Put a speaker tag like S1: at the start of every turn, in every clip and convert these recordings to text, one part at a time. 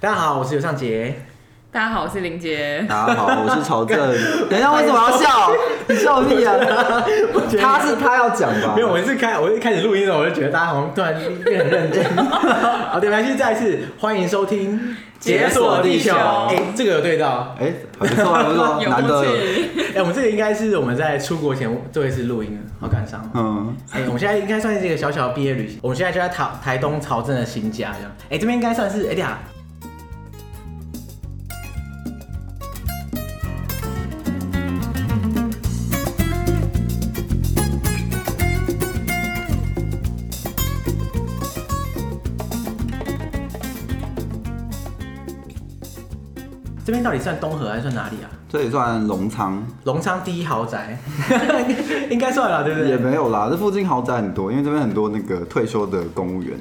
S1: 大家好，我是尤尚杰。
S2: 大家好，我是林杰。
S3: 大家好，我是 曹正。等一下，为什么要笑？你笑屁啊！
S1: 觉得
S3: 他是他要讲吧？
S1: 没有，我是开，我一开始录音的时候，我就觉得大家好像突然变很认 真。好，对，没关系，再一次欢迎收听《
S2: 解
S3: 锁地球
S1: 哎、这个有对到。
S3: 哎，还不错啊，还 不错 啊，
S2: 有
S3: 难
S2: 默
S3: 得有。
S2: 契。
S1: 哎、我们这个应该是我们在出国前做一次录音，好感伤。
S3: 嗯，
S1: 哎、我们现在应该算是一个小小的毕业旅行。我们现在就在台台东潮镇的新家，这样。哎、这边应该算是哎呀、这边到底算东河还是算哪里啊？
S3: 这也算隆仓，
S1: 隆昌第一豪宅， 应该算了，对不对？
S3: 也没有啦。这附近豪宅很多，因为这边很多那个退休的公务员。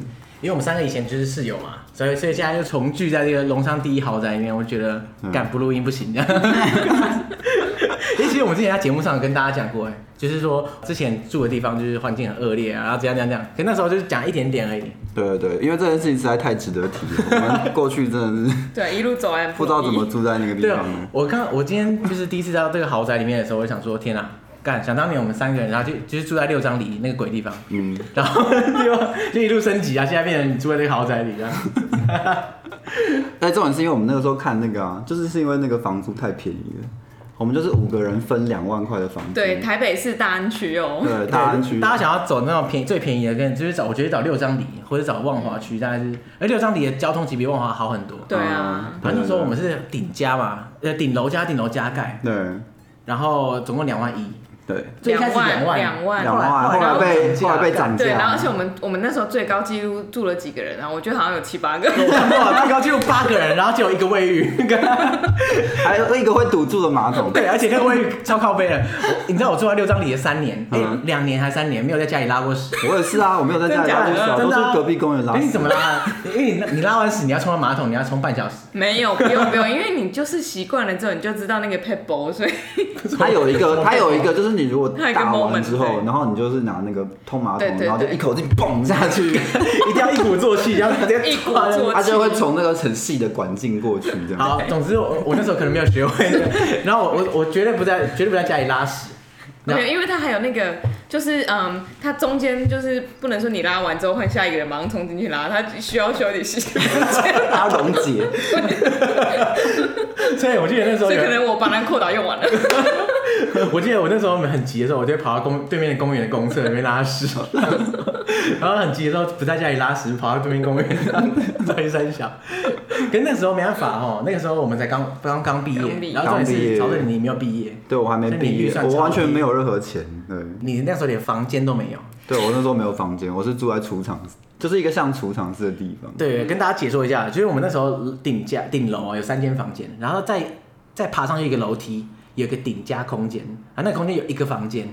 S1: 因为我们三个以前就是室友嘛，所以所以现在就重聚在这个龙昌第一豪宅里面，我觉得
S3: 嗯
S1: 干不录音不行这样。因为其实我们之前在节目上有跟大家讲过，哎，就是说之前住的地方就是环境很恶劣啊，然后怎样怎样怎样，可那时候就是讲一点点而已。
S3: 对对对，因为这件事情实在太值得提了。我们过去真的是
S2: 对，一路走来
S3: 不知道怎么。住在那个地
S1: 对啊
S3: 方呢，
S1: 我刚我今天就是第一次到这个豪宅里面的时候，我就想说天啊，干，想当年我们三个人，然后就就是住在六张里那个鬼地方，
S3: 嗯，
S1: 然后 就就一路升级啊，现在变成你住在这个豪宅里这样。
S3: 但重点是因为我们那个时候看那个啊，就是是因为那个房租太便宜了，我们就是五个人分两万块的房租。
S2: 对，台北市大安区哦。
S3: 对，大安区。
S1: 大家想要走那种便宜最便宜的，跟就是找，我觉得找六张里或者找万华区，大概是，而六张里的交通其实比万华好很多。
S2: 对啊
S3: 嗯，
S1: 反正说我们是顶家嘛，呃，顶楼加顶楼加盖，
S3: 对
S1: 然后总共两万一，
S3: 对
S1: 最一开始两万，
S2: 两万
S3: 两万，后来被后 来被涨价，
S2: 对，然后而且我们我们那时候最高纪录住了几个人啊？我觉得好像有七八个。
S1: 我 看过最高纪录八个人，然后只有一个卫浴，
S3: 还有一个会堵住的马桶。
S1: 对，而且那个卫浴超靠背的，我你知道我住在六张里的三年，哎
S3: 嗯，
S1: 两年还三年没有在家里拉过屎。
S3: 我也是啊，我没有在家里拉过屎啊，
S1: 真
S3: 都
S1: 的啊
S3: 是隔壁公园拉
S1: 哎，你
S3: 屎
S1: 怎。么拉？因为你你拉完屎，你要冲到马桶，你要冲半小时。
S2: 没有，不用不用，因为你就是习惯了之后，你就知道那个 p e b b l 所以
S3: 它有一个，它有一个，就是你如果
S2: 它有一个
S3: 打
S2: moment，
S3: 完之后，
S2: 对
S3: 然后你就是拿那个通马
S2: 对
S3: 桶，
S2: 对
S3: 然后就
S2: 对
S3: 一口气蹦下去，
S1: 一定要一鼓作 气，然后直接
S2: 一鼓作气
S3: 它就会从那个很细的管径过去，这样。
S1: 好，总之我我那时候可能没有学 会，然后我我我绝对不在，绝对不在家里拉屎。
S2: 没有，因为它还有那个，就是嗯，它中间就是不能说你拉完之后换下一个人马上冲进去拉，它需要休息时 间，
S3: 它溶 解，
S1: 所以我记得那时候
S2: 所以可
S1: 有，
S2: 能我把那扣打用完了。
S1: 我记得我那时候很急的时候，我就跑到公对面的公园的公厕里面拉屎，然后很急的时候不在家里拉屎，跑到对面公园拉一三小。可是那时候没办法哦，那个时候我们才刚刚刚毕
S2: 刚毕
S1: 业，
S2: 业
S1: 然后重
S3: 刚毕
S1: 点是
S3: 业
S1: 曹正你没有毕业，
S3: 对我还没
S1: 所以你
S3: 毕
S1: 预
S3: 业，
S1: 算
S3: 我完
S1: 超
S3: 全
S1: 低
S3: 没有任何钱，对，
S1: 你那时候连房间都没有。
S3: 对我那时候没有房间，我是住在储藏，就是一个像储藏室的地方，
S1: 对，跟大家解说一下，就是我们那时候顶家顶楼啊有三间房间，然后再再爬上去一个楼梯，有一个顶加空间，啊，那个空间有一个房间，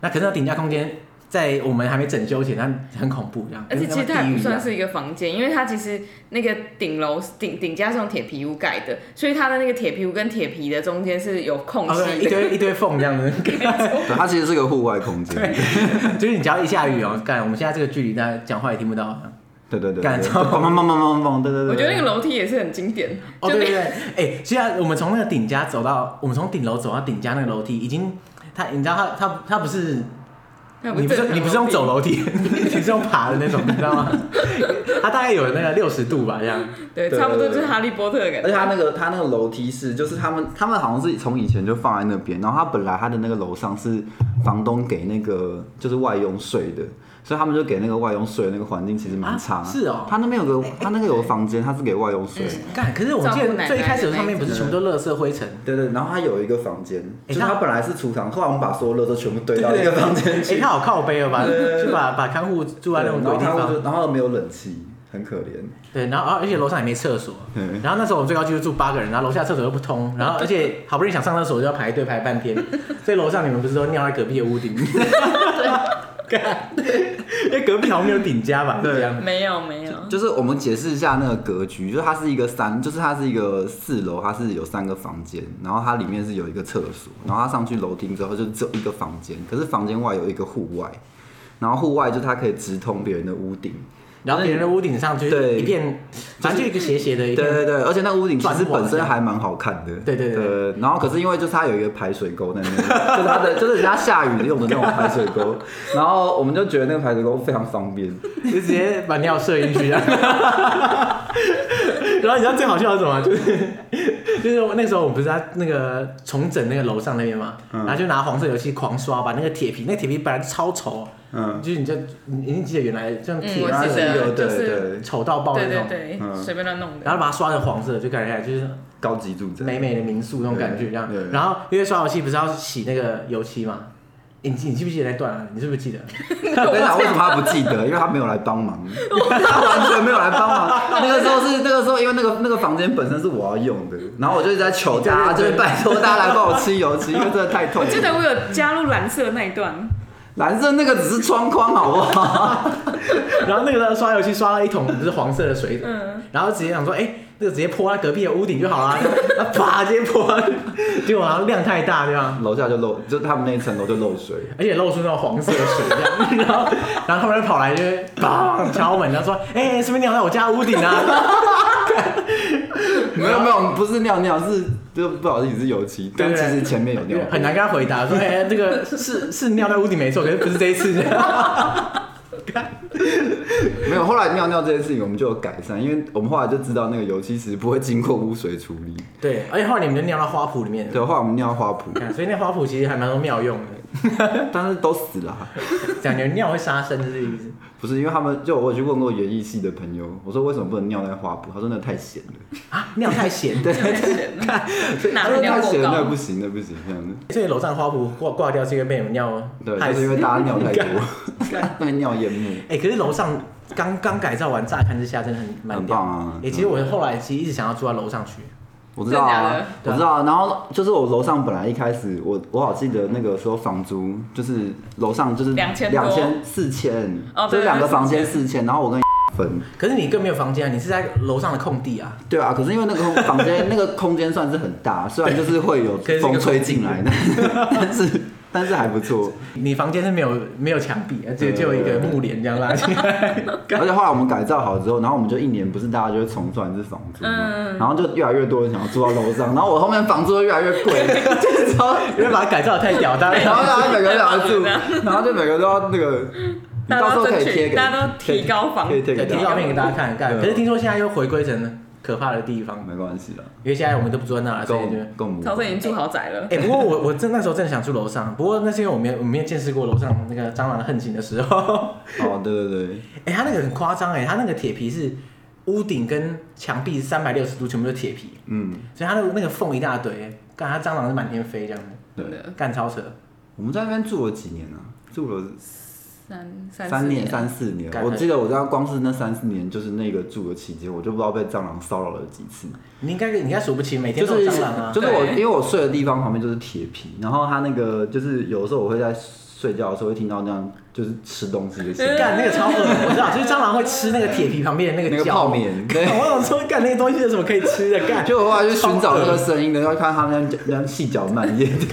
S1: 那可是那顶加空间在我们还没整修前，它很恐怖这样，
S2: 而且其
S1: 跟
S2: 实它
S1: 他
S2: 也
S1: 们地狱
S2: 不
S1: 一啊样
S2: 算是一个房间，因为它其实那个顶楼顶顶架是用铁皮屋盖的，所以它的那个铁皮屋跟铁皮的中间是有空
S1: 哦，对，
S2: 隙
S1: 一
S2: 的。
S1: 堆一堆缝这样子，
S3: 对，它其实是个户外空间，
S1: 就是你只要一下雨哦，干，我们现在这个距离，大家讲话也听不到。啊
S3: 对对对，对
S1: 干
S3: 对
S1: 超
S3: 砰砰砰砰砰砰，对对对，
S2: 我觉得那
S3: 对
S2: 个楼梯也是很经典，
S1: 哦，
S2: 就
S1: 对
S2: 那
S1: 对对，哎、虽然我们从那个顶家走到，我们从顶楼走到顶家那个楼梯，已经，它，你知道它，它，它不是
S2: 那
S1: 哦你不
S2: 正
S1: 是
S2: 常
S1: 你不是用走楼梯， 你是用爬的那种，你知道吗？ 它大概有那个六十度吧，这样。
S2: 梯对，
S3: 对
S2: 差不多就是哈利波特的感
S3: 而且
S2: 觉。
S3: 他那个他那个楼梯是，就是他们他们好像是从以前就放在那边，然后他本来他的那个楼上是房东给那个就是外佣睡的，所以他们就给那个外佣睡的那个环境其实蛮差、
S1: 啊是哦哎
S3: 他那边有个他那个有个房间，他是给外佣睡。
S1: 干，可是我记得最一开始上面不是全部都垃圾灰尘，
S3: 对对，然后他有一个房间，
S1: 诶
S3: 就是
S1: 他
S3: 他本来是储藏，后来我们把所有垃圾全部堆到
S1: 对
S3: 一
S1: 哎对
S3: 啊个房间
S1: 哎、
S3: 去，
S1: 它好靠背哦，把
S3: 对对对
S1: 就把把看护住在那种
S3: 对
S1: 鬼地
S3: 然后他们
S1: 方。
S3: 就然后没有冷气，很可怜。
S1: 对，然后啊而且楼上也没厕所
S3: 嗯，
S1: 然后那时候我们最高就是住八个人，然后楼下厕所又不通，然后而且好不容易想上厕所就要排队排半天，所以楼上你们不是都尿在隔壁的屋顶？ 干因为隔壁好像没有顶家吧？
S3: 对
S1: 这样。
S2: 没有没有，
S3: 就是我们解释一下那个格局，就是它是一个三，就是它是一个四楼，它是有三个房间，然后它里面是有一个厕所，然后它上去楼梯之后就只有一个房间，可是房间外有一个户外，然后户外就它可以直通别人的屋顶，
S1: 然后别人的屋顶上就是
S3: 对
S1: 一片，反正就一个斜斜的一
S3: 对
S1: 片，
S3: 对对，而且那个屋顶其实
S1: 转过来
S3: 本身还蛮好看的。
S1: 对对对
S3: 然后可是因为就是它有一个排水沟在那边，就是它的就是人家下雨用的那种排水沟，然后我们就觉得那个排水沟非常方便。
S1: 就直接把尿射进去。然啊 后你知道最好笑的是什么吗？就是就是那时候我们不是在那个重整那个楼上那边嘛，
S3: 嗯
S1: 然后就拿黄色油漆狂刷，把那个铁皮，那铁皮本来超丑，
S3: 嗯
S1: 就是你就你你一定记得原来这样
S2: 嗯，
S1: 铁
S2: 我
S1: 然后
S2: 记得
S3: 有
S2: 就
S3: 对
S2: 是
S3: 对
S1: 丑到爆那
S2: 对
S1: 种
S2: 对，对，
S3: 嗯
S2: 随便乱弄
S1: 然
S2: 的。
S1: 后把它刷成黄色，就感觉就是
S3: 高级住宅，
S1: 美美的民宿那种感觉，
S3: 对
S1: 这样
S3: 对。
S1: 然后因为刷油漆不是要洗那个油漆吗？你你记不记得那段啊？你是不是记得？
S3: 我跟你讲，为什么他不记得？因为他没有来帮忙，他完全没有来帮忙。那个时候是那个时候，因为那个那个房间本身是我要用的，然后我就一直在求大家，就是拜托大家来帮我吃油漆，因为真的太痛
S2: 我记
S3: 了。
S2: 得我有加入蓝色那一段，
S3: 蓝色那个只是窗框，好不好？
S1: 然后那个时候刷油漆刷了一桶不是黄色的水，
S2: 嗯，
S1: 然后直接想说，哎、那个直接泼到隔壁的屋顶就好啦， 然后啪直接泼到，结果好像量太大，对吧？
S3: 楼下就漏，就他们那一层楼就漏水。
S1: 而且露出那种黄色的水这样，然后然后他们就跑来就是砰敲门，然后说，哎、是不是尿在我家屋顶啊？
S3: 没有没有，不是尿尿，是就不好意思是油漆，
S1: 对
S3: 但
S1: 对
S3: 其
S1: 对
S3: 实前面有尿。
S1: 很难跟他回答说，哎、这个是是尿在屋顶没错，可是不是这一次。
S3: 没有，后来尿尿这件事情我们就有改善，因为我们后来就知道那个油漆其实不会经过污水处理。
S1: 对，而且后来你们就尿到花圃里面，
S3: 对，后来我们尿花圃，
S1: 看所以那花圃其实还蛮多妙用的，
S3: 但是都死了啊、
S1: 讲究尿会杀生是这个意思。
S3: 不是因为他们，就我有去问过园艺系的朋友，我说为什么不能尿在花圃？他说那太咸了，
S1: 啊，尿太咸。对，
S2: 太咸了，哪
S3: 他
S2: 个
S3: 说
S2: 尿
S3: 太
S2: 过
S3: 咸了，那
S2: 高
S3: 不？行，那不行，这样子。
S1: 所以楼上花圃挂挂掉是因为被你们尿
S3: 对，
S1: 害
S3: 就是因
S1: 死。
S3: 为大家尿太多，那个尿淹没。
S1: 哎、可是楼上刚刚改造完，乍看之下真的很蛮
S3: 很
S1: 屌
S3: 棒啊
S1: 哎、其实我后来其实一直想要住在楼上去，
S3: 我知道啊，我
S1: 真的假的
S3: 知道、啊。然后就是我楼上本来一开始，我我好记得那个时候房租就是楼上就是
S2: 2000多
S3: 两千四千
S2: 哦，
S3: 就
S2: 对
S3: 是两个
S2: 4000
S3: 房间四千，然后我跟分。
S1: 可是你更没有房间啊，你是在楼上的空地啊。
S3: 对啊，可是因为那个空房间那个空间算是很大，虽然就是会有
S1: 可以是一个
S3: 风吹进来，但但是但是还不错。
S1: 你房间是没有没有墙壁，而且就有一个木帘这样拉起来。
S3: 而且后来我们改造好之后，然后我们就一年不是大家就会重算一次房租嘛，
S2: 嗯
S3: 然后就越来越多人想要住到楼上，然后我后面房租就越来越 贵，就是说
S1: 因为把它改造的太屌，大
S3: 然后
S1: 家
S3: 大家每个人想 要住
S2: 这样，
S3: 然后就每个都要那个，你
S2: 大家
S3: 到时
S2: 都
S3: 候可以
S2: 争取
S3: 贴给，
S2: 大家都提高房
S3: 可以贴
S1: 对
S3: 给大
S1: 提
S3: 家
S1: 照片给大家看看。
S3: 对啊
S1: 可是听说现在又回归成可怕的地方，
S3: 没关系啦，
S1: 因为现在我们都不住在那了，啊所以
S3: 够
S1: 就。
S3: 够无
S2: 曹生已经住豪宅了，
S1: 哎、不过我我真那时候真的想住楼上，不过那是因为我没有我没有见识过楼上那个蟑螂横行的时候。
S3: 哦，对对对，
S1: 哎、它那个很夸张哎，它那个铁皮是屋顶跟墙壁三百六十度全部都是铁皮，
S3: 嗯，
S1: 所以它那个那个缝一大堆欸，干它蟑螂是满天飞这样子，
S3: 对
S2: 真，的
S1: 干超扯。
S3: 我们在那边住了几年啊？住了
S2: 三三四
S3: 三年、三四年，
S1: 感
S3: 我
S1: 恩
S3: 记得我在光是那三四年，就是那个住的期间，我就不知道被蟑螂骚扰了几次。
S1: 你应该你应该数不清，每天
S3: 就
S1: 都
S3: 是
S1: 有蟑螂啊。
S3: 就是我，
S2: 对
S3: 因为我睡的地方旁边就是铁皮，然后它那个就是有的时候我会在睡觉的时候会听到那样就是吃东西的声音，
S1: 干那个超恶的，我知道，就是蟑螂会吃那个铁皮旁边的那
S3: 那
S1: 个
S3: 个
S1: 胶
S3: 泡。棉，对。
S1: 我想说，干那个东西有什么可以吃的？干
S3: 就我后来就寻找那个声音的，然后看他们那样细嚼慢 咽，吃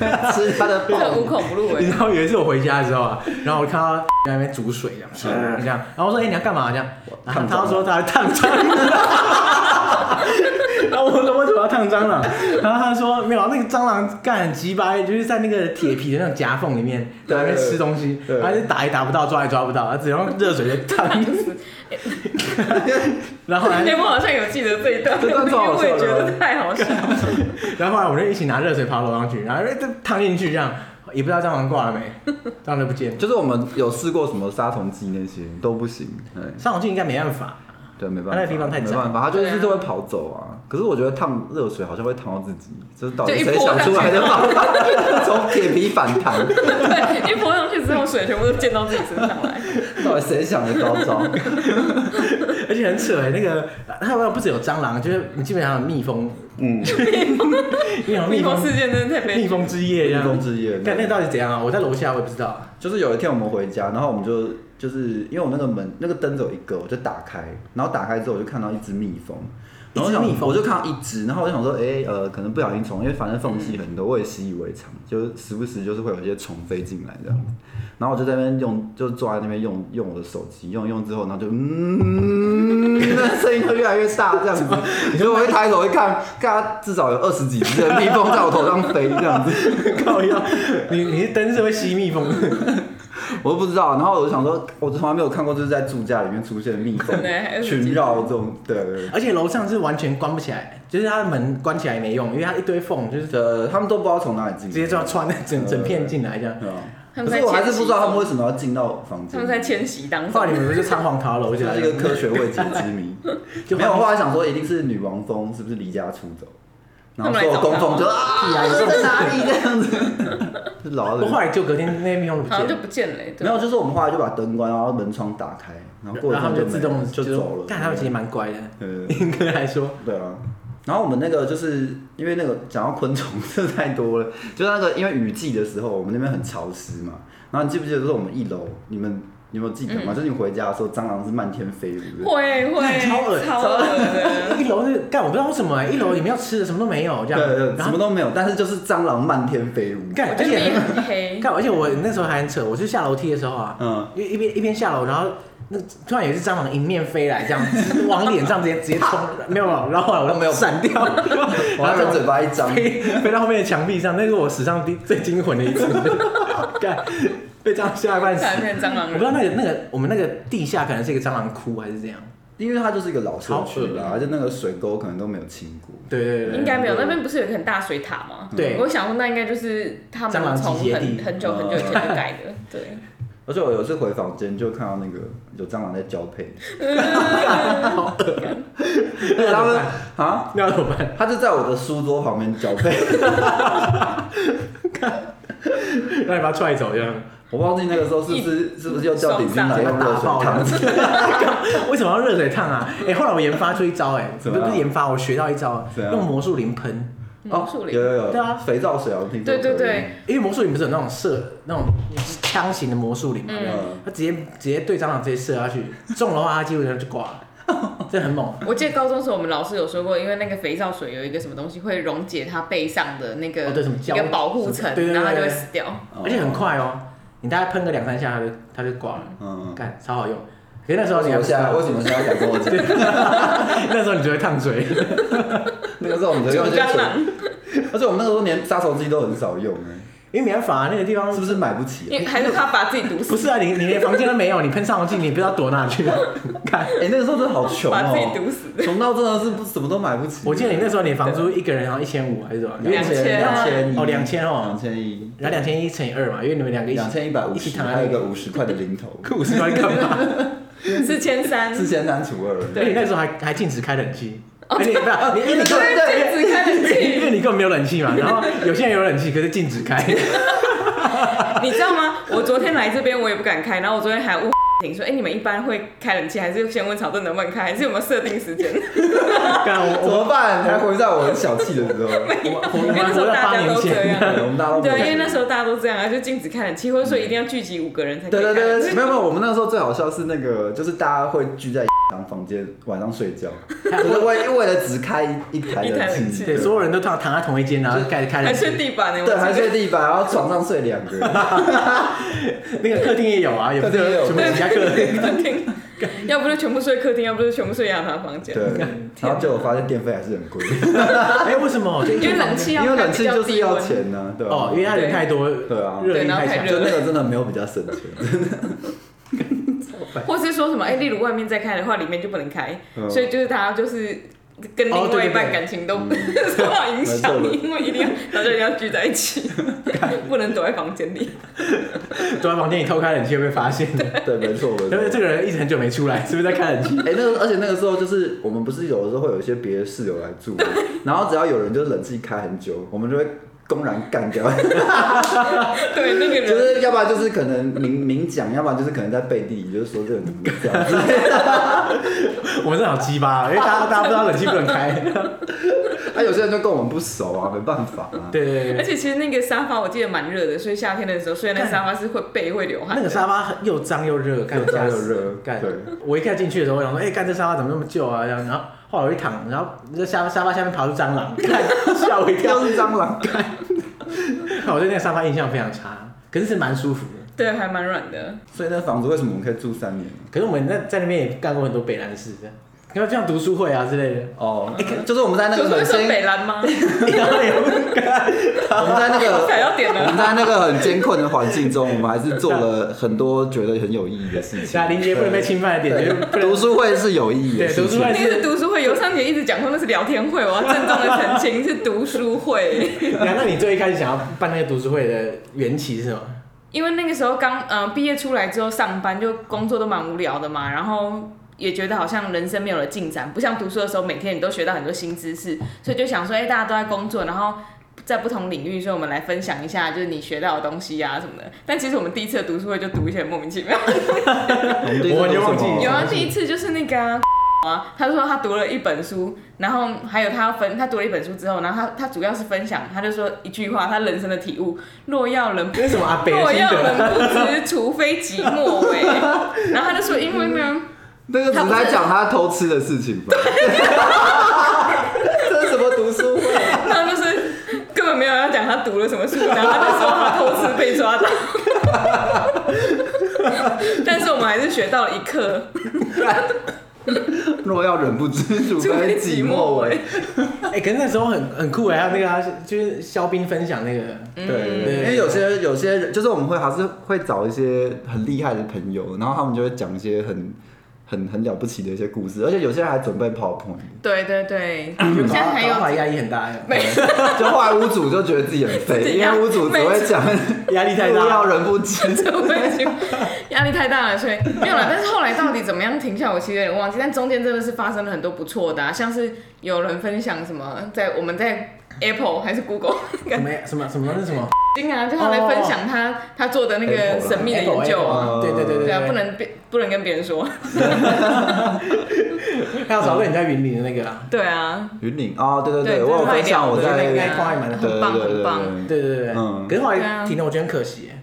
S3: 他的
S2: 这个
S3: 泡
S2: 无
S3: 面。
S2: 孔不入哎
S1: 你知。道有一次我回家的时候啊，然后我看到在那边煮水这样，这样，然后我说：“哎、你要干嘛？”这样，然后
S3: 烫蟑螂
S1: 他说他要烫蟑螂。 然后我说为什么要烫蟑螂？然后他说没有啊，那个蟑螂干很鸡掰，就是在那个铁皮的那种夹缝里面，在那边吃东西，
S3: 对
S1: 然后就打也打不到，抓也抓不到，他只 用热水就烫。 然 后后来
S2: 哎，，我好像有记得这一段，
S3: 这段
S2: 因
S3: 超
S2: 为
S3: 好
S2: 我也
S3: 笑
S2: 觉
S3: 的
S2: 得太好笑了。
S1: 然后后来我们就一起拿热水跑楼上去，然后就烫进去这样，也不知道蟑螂挂了没，蟑螂就不见了。
S3: 就是我们有试过什么杀虫剂那些都不行，对
S1: 上去应该没办法。
S3: 对，没办
S1: 它
S3: 法，
S1: 那个地方太窄
S3: 没办法，它就
S2: 对啊
S3: 是都会跑走啊。可是我觉得烫热水好像会烫到自己，就是到底
S2: 就一
S3: 谁
S2: 泼
S3: 想出来的 办法， 从铁皮反弹，
S2: 对，一泼上去之后，水全部都溅到自己身上 来。
S3: 到底谁想的高招？
S1: 而且很扯哎、那个它不只有蟑螂，就是你基本上有蜜蜂，
S3: 嗯，
S1: 因为
S2: 蜜
S1: 蜜
S2: 蜂
S1: 蜂
S2: 事件真的太悲
S1: 蜜
S2: 剧。
S1: 蜂之夜这
S3: 人
S1: 样
S3: 工。之夜，
S1: 但那到底怎样啊？我在楼下我也不知道 啊。
S3: 就是有一天我们回家，然后我们就就是因为我那个门那个灯只有一个，我就打开，然后打开之后我就看到一只蜜蜂，然后我
S1: 一只蜜
S3: 想
S1: 蜂
S3: 我就看到一只，然后我就想说，哎、呃，可能不小心虫，因为反正缝隙很多，我也习以为常，就是时不时就是会有一些虫飞进来这样子。然后我就在那边用，就坐在那边用用我的手机，用用之后，然后就嗯，那声音就越来越大这样子。你说我一抬头一看，看它至少有二十几只的蜜蜂在我头上飞这样子。
S1: 靠腰， 你你是灯是会吸蜜蜂的，
S3: 我都不知道。然后我就想说，我从来没有看过就是在住家里面出现的蜜蜂
S2: 对还有
S3: 群绕这种，对对对。
S1: 而且楼上是完全关不起来，就是它的门关起来没用，因为它一堆缝，就是
S3: 呃，他们都不知道从哪里进，
S1: 直接就要穿整整片进来这样。
S3: 对啊。
S2: 他
S3: 可
S2: 们在
S3: 是我还是
S2: 迁徙
S3: 不知道他们为什么要进到房
S2: 他
S3: 间。
S2: 们在迁徙当
S1: 后
S2: 中
S1: 来，你们不是仓皇逃楼
S3: 这
S1: 起来
S3: 是
S1: 了
S3: 一个科学未解之谜。
S1: 就
S3: 没有，后来想说一定是女王蜂是不是离家出走，然后
S2: 他们
S3: 所
S2: 来
S3: 有
S2: 找
S3: 工蜂就
S2: 她
S3: 啊
S1: 屁啊有这种
S3: 在
S1: 事
S3: 哪里这样子， 就老
S1: 我
S3: 人
S1: 后。来就隔天那些蜜蜂都不
S2: 好像
S1: 见
S2: 就
S1: 了，
S2: 不见了、欸。对
S3: 没有，就是我们后来就把灯关，然后门窗打开，然后过一
S1: 然后他
S3: 阵
S1: 们就
S3: 子
S1: 自动
S3: 没就走了。
S1: 但他们其实蛮 乖的，
S3: 呃，
S1: 应该来说，
S3: 对啊。然后我们那个就是因为那个讲到昆虫真的太多了， 就是那个因为雨季的时候，我们那边很潮湿嘛。然后你记不记得，就是我们一楼，你们你有没有记得
S1: 嗯
S3: 吗？就是你回家的时候，蟑螂是漫天飞舞的。
S2: 会会
S1: 超恶
S2: 超恶 的，
S1: 一楼是干我不知道为什么、一楼也没有吃的，什么都没有这
S3: 对
S1: 样，
S3: 对，对
S1: 然
S3: 什
S1: 后
S3: 么都没有，但是就是蟑螂漫天飞舞。
S1: 干，
S2: 我
S1: 而
S2: 觉得
S1: 且
S2: 脸很黑。
S1: 干，而且我那时候还很扯，我就下楼梯的时候啊，
S3: 嗯，
S1: 因为一边一边下楼，然后那突然有一只蟑螂迎面飞来，这样子往脸上直接直接冲，没有没有，然后后来我都没有闪掉，
S3: 我还
S1: 然
S3: 有
S1: 后
S3: 嘴巴一张，
S1: 飞飞到后面的墙壁上，那是我史上第最惊魂的一次，干被蟑螂吓半死。
S2: 才变蟑螂
S1: 我不知
S2: 人，
S1: 道那个那个我们那个地下可能是一个蟑螂窟还是怎样，
S3: 因为它就是一个老社区啦，
S1: 好
S3: 而且那个水沟可能都没有清过。
S1: 对对对，
S2: 应该没有。那边不是有一个很大水塔吗？
S1: 对
S2: 我想说那应该就是他
S1: 蟑
S2: 们
S1: 螂集
S2: 从
S1: 结
S2: 很
S1: 地哦
S2: 很久很久以前就盖的。 对，
S3: 而且我有一次回房间就看到那个有蟑螂在交配，
S1: 那
S3: 他
S1: 他
S3: 们
S1: 们
S3: 啊，
S1: 那要怎么办？
S3: 它就在我的书桌旁边交配。
S1: 让你把它踹走这样？
S3: 我忘记那个时候是不是是不是又叫鼎
S1: 啊
S3: 钧来用热水烫？
S1: 为什么要热水烫啊？哎、后来我研发出一招、哎，
S3: 怎
S1: 不
S3: 么
S1: 是
S3: 样
S1: 不是研发，我学到一招，
S3: 怎样
S1: 用魔术林喷。
S2: 魔术嗯林
S3: 有有有，
S1: 对啊
S3: 肥皂水啊，我听说
S2: 对对
S3: 可以
S2: 对，
S1: 因为魔术林不是有那种射那种枪型的魔术林嘛，
S3: 嗯
S1: 它直接直接对蟑螂直接射下去，中的话它基本上就挂了， 这很猛。
S2: 我记得高中时候我们老师有说过，因为那个肥皂水有一个什么东西会溶解它背上的那个
S1: 哦对什么
S2: 一
S1: 胶
S2: 个保护层，
S1: 对对对对
S2: 然后它就会死掉。
S3: 哦
S1: 而且很快哦，你大概喷个两三下，它就它就挂了，
S3: 嗯，
S1: 干超好用。可是那时候你还
S3: 为
S1: 不知
S3: 什么
S1: 道
S3: 为，什么现在想跟我讲？
S1: 那时候你就会烫嘴，
S3: 那个时候我们只用一些
S2: 蟑螂
S3: 球，，而且我们那个时候连杀虫剂都很少用，哎
S1: 因为没办法、啊，那个地方
S3: 哎，是不是买不 起啊？
S2: 因为还是他把自己毒
S1: 不
S2: 死，
S1: 是啊，你你连房间都没有，你喷上红剂，你不知道躲哪去。看，
S3: 哎，那个时候真的好穷
S2: 把自己毒
S3: 哦，
S2: 死。
S3: 穷到真的是不什么都买不起。
S1: 我记得你那时候你房租一个人好像一千五还是多少？
S2: 两千啊
S3: 两千一
S1: 哦两千
S3: 两
S1: 哦，
S3: 千一，
S1: 然后两千一乘以二嘛，因为你们两个一起
S3: 两千一百五
S1: 一起
S3: 十，
S1: 躺在
S3: 还有一个五十块 的零头，
S1: 五 十块干嘛？
S2: 四千三，
S3: 四千三除二。
S1: 而且你那时候还还禁止开冷气，而且不是你因为你
S2: 对 对，禁止开冷
S1: 因为
S2: 气。
S1: 你根本没有冷气嘛，然后有些人有冷气，可是禁止开。
S2: 你知道吗？我昨天来这边我也不敢开，然后我昨天还问婷说：“哎，你们一般会开冷气，还是先问曹正能不能开，还是有没有设定时间
S1: 干
S3: 怎
S1: 我
S3: 么办？还回到我很小气的时 候，
S1: 我我我
S2: 因为那
S1: 们活
S2: 时候
S1: 到
S2: 大
S1: 八
S2: 家
S1: 年
S2: 都这
S1: 前，
S2: 样。
S3: 对我们大家都没
S2: 对啊，
S3: 有
S2: 因为
S3: 钱
S2: 那时候大家都这样啊，就禁止开冷气，或者说一定要聚集五个人才可
S3: 对
S2: 以开
S3: 对
S2: 冷气。
S3: 对，没有没有，我们那时候最好笑是那个，就是大家会聚在房房间晚上睡觉，就是为为了只开一台
S2: 一台冷
S3: 冷
S2: 气
S3: 气，
S1: 对，所有人都躺躺在同一间，然 后盖开冷
S2: 还
S1: 气。
S2: 睡地板呢、我
S3: 对，
S2: 记
S3: 还
S2: 得
S3: 睡地板，然后床上睡两个人，
S1: 那个客厅也有啊，也不是
S3: 客厅也有
S1: 什么几家客 厅。
S2: 客厅，要不就全部睡客厅，要不就全部睡阳台房间。
S3: 对，
S1: 嗯
S3: 然后结果发现电费还是很贵，
S1: 哎，为什么？
S3: 啊
S1: 就一
S2: 因为
S1: 间
S2: 冷
S1: 房间
S2: 气要
S3: 因为冷气
S2: 开比较
S3: 就
S2: 低
S3: 是要
S2: 温。
S3: 钱呢，对吧？
S1: 哦，因为它人太多，
S3: 对啊
S1: 热力
S2: 对然后
S1: 太
S2: 太
S1: 强。
S2: 热
S3: 就那个真的没有比较省钱，
S2: 或是说什么，哎、例如外面在开的话，里面就不能开，
S3: 嗯哦
S2: 所以就是大家就是跟
S1: 哦
S2: 另
S1: 对
S2: 外
S1: 对
S2: 一半
S1: 对
S2: 感情都 受到影响，
S3: 没错
S2: 因为一定要大家一定要聚在一 起，不能躲在房间里。
S1: 躲在房间里偷开冷气会被发 现的。
S3: 对，没错，没
S1: 对不对？
S3: 错。
S1: 这个人一直很久没出来，是不是在开冷气？
S3: 哎、那个，而且那个时候就是我们不是有的时候会有一些别的室友来住，然后只要有人就是冷气开很久，我们就会公然干掉，
S2: 对，那个 人、
S3: 就是要不然就是可能明明讲，要不然就是可能在背地里就是说这个人这样子。
S1: 我们这好鸡巴，因为大家大家不知道冷气不能开。
S3: 啊，有些人就跟我们不熟啊，没办法啊。
S1: 对对对
S2: 而
S1: 对，
S2: 且其实那个沙发我记得蛮热的，所以夏天的时候，虽然那个沙发是会背会流汗
S1: 那
S2: 的，
S1: 个沙发很又脏又热，干
S3: 又脏
S1: 吓
S3: 又
S1: 死
S3: 热
S1: 干
S3: 对。
S1: 我一开始进去的时候，我想说，哎、干这沙发怎么那么旧啊？这样，然后后来我一躺，然后这沙沙发下面爬出蟑螂， 干吓我一 跳。
S3: 又是蟑螂，
S1: 我对那个沙发印象非常差，可是是蛮舒服的。
S2: 对，还蛮软的。
S3: 所以那房子为什么我们可以住三年？
S1: 可是我们那在那边也干过很多北兰事，这样，你看像读书会啊之类的，
S3: 哦，就是我们在那
S2: 就
S3: 个
S2: 是会
S3: 很
S2: 说
S3: 艰，
S2: 北蓝 吗？
S1: 然后也不干。
S3: 我们在 那个
S2: 踩到点
S3: 我们
S2: 了。
S3: 在那个很艰困的环境中，我们还是做了很多觉得很有意义的 事
S1: 其他
S3: 情。
S1: 林杰不能被侵犯的点，就 是不能
S3: 读书会是有意义的
S1: 对
S3: 事
S1: 读
S3: 情
S1: 书，会
S2: 那个是读书会，尤尚杰一直讲说那是聊天会，我要郑重的澄清是读书会，
S1: 那那你最一开始想要办那个读书会的缘起是什么？
S2: 因为那个时候刚呃毕业出来之后上班就工作都蛮无聊的嘛，然后也觉得好像人生没有了进展，不像读书的时候每天你都学到很多新知识，所以就想说，哎、大家都在工作，然后。在不同领域，所以我们来分享一下，就是你学到的东西啊什么的。但其实我们第一次的读书会就读一些莫名其妙。
S3: 我们第一次
S1: 我完全
S3: 做什
S1: 忘记
S3: 么
S2: 有啊，
S1: 东西
S2: 第一次就是那个啊，啊他说他读了一本书，然后还有他要分，他读了一本书之后，然后他他主要是分享，他就说一句话，他人生的体悟：若要人不
S1: 这是什么阿北的
S2: 若
S1: 心
S2: 要
S1: 得？
S2: 人不知，除非己莫为。 然后他就说，因为呢，
S3: 那个只是在讲他偷吃的事情吧？ 这是什么读书会？
S2: 他就是根本没有要讲他读了什么书，然后他就说他偷吃被抓 到。但是我们还是学到了一课，
S3: 若要忍不知，除
S2: 除非
S3: 非
S2: 己
S3: 己
S2: 莫
S3: 莫
S2: 为
S3: 为。。
S1: 哎、可是那时候很很酷哎、还有那个、啊、就是肖斌分享那个，
S3: 对，
S1: 对
S3: 因为有些有些人，就是我们会还是会找一些很厉害的朋友，然后他们就会讲一些很很很了不起的一些故事，而且有些人还准备 PowerPoint。
S2: 对对对，嗯现在还有
S1: 高华压力很大哎、
S2: 没
S3: 就后来屋主就觉得自己很
S2: 自
S3: 废，
S2: 己
S3: 因
S2: 要
S3: 为屋主只会讲
S1: 压力太
S3: 若要
S1: 大。
S3: 人不知，
S2: 我已经压力太大了，所以没 有了。但是后来到底怎么样停下，我其实有点忘记。但中间真的是发生了很多不错的、啊，像是有人分享什么，在我们在 Apple 还是 Google
S1: 什么什么什么那什么？
S2: 经啊，就他来分享他、他做的那个
S3: Apple 啦
S2: 神秘的研究啊。
S1: 对对对对
S2: 对啊，
S1: 对，
S2: 不能别不能跟别人 说。
S1: 还有找个你在云林的那个啦，
S2: 对啊，
S3: 云岭哦，对对
S2: 对
S3: 对，我有分享我
S1: 对
S3: 在
S1: 那个
S3: 对
S1: 那一块蛮
S3: 对
S2: 很棒
S3: 对
S2: 很棒
S3: 对对
S1: 对对对，
S3: 嗯
S1: 可是后
S2: 对
S1: 来
S2: 啊
S1: 停了，我觉得很可惜、哎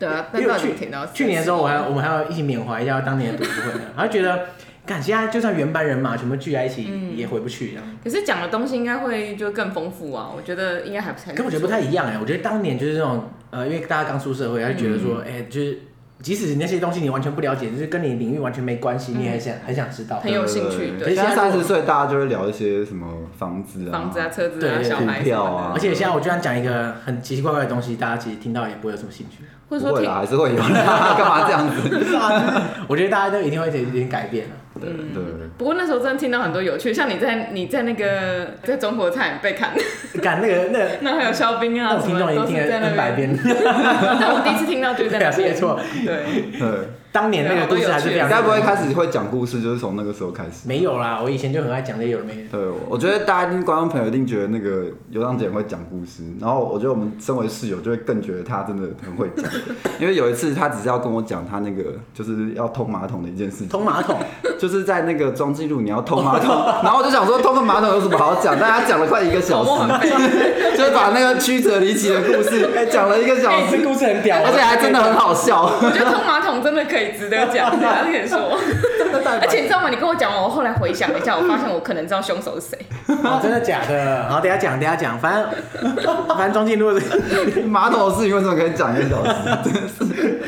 S2: 对啊，但
S1: 因
S2: 到
S1: 为
S2: 底
S1: 去
S2: 停到
S1: 去年的时候，我还我们还要一起缅怀一下当年的读书会，然后觉得，感现在就算原班人马全部聚在一
S2: 嗯
S1: 起，也回不去这样。
S2: 可是讲的东西应该会就更丰富啊，我觉得应该还不太。
S1: 可我觉得不太一样哎、我觉得当年就是这种呃，因为大家刚出社会，还是觉得说，
S2: 嗯
S1: 哎、就是即使那些东西你完全不了解，就是跟你领域完全没关系，你也很想、很想知道
S2: 嗯很。有兴趣对
S3: 现在三十岁，大家就会聊一些什么房子啊、
S2: 房子啊、车子啊、
S1: 对
S2: 小孩
S3: 股
S2: 什
S3: 票
S2: 么的，
S3: 啊
S1: 而且现在我就算讲一个很奇奇怪怪的东西，大家其实听到也不会有什么兴 趣。
S2: 或者
S3: 不
S2: 说
S3: 会
S2: 听
S3: 啦，还是会有啦，干嘛这样子？
S2: 啊
S1: 我觉得大家都一定会有点改变了。
S3: 对对，
S2: 不过那时候真的听到很多有趣，像你在你在那个在中国差点被砍，
S1: 赶那个那 个，
S2: 那还有肖兵
S1: 嗯那
S2: 啊
S1: 我
S2: 什
S1: 听
S2: 么
S1: 众已
S2: 都
S1: 经
S2: 是
S1: 听
S2: 在
S1: 了
S2: 那
S1: N 百
S2: 边。
S1: 遍，
S2: 但 我第一次听到就是 在
S1: 对啊，
S2: 那
S1: 是没
S2: 边，
S1: 错。
S2: 对，
S3: 对，
S1: 当年那个故事还是非
S3: 你
S1: 常。
S3: 该不会开始会讲故事，就是从那个时候开始？
S1: 没有啦，我以前就很爱讲这些有的没的。
S3: 对，我觉得大家听观众朋友一定觉得那个尤尚姐很会讲故事，然后我觉得我们身为室友就会更觉得她真的很会 讲，因为有一次她只是要跟我讲她那个就是要通马桶的一件事情，
S1: 通马桶，
S3: 就是在那个装记录，你要通马桶， 然后我就想说通个马桶有什么好讲？但他讲了快一个
S2: 口
S3: 小
S2: 沫很
S3: 时，
S2: 费。
S3: 就是把那个曲折离奇的故事讲了一个小
S1: 哎，
S3: 时，
S1: 这故事很屌，
S3: 而且还真的很好笑。
S2: 我觉得通马桶真的可以值得讲，大家可以说。而且你知道吗？你跟我讲完，我后来回想了一下，我发现我可能知道凶手是谁。
S1: 哦，真的假的？ 好，等一下讲，等一下讲，反 正反正庄静如果是，
S3: 马桶的事情为什么可以讲一个小时？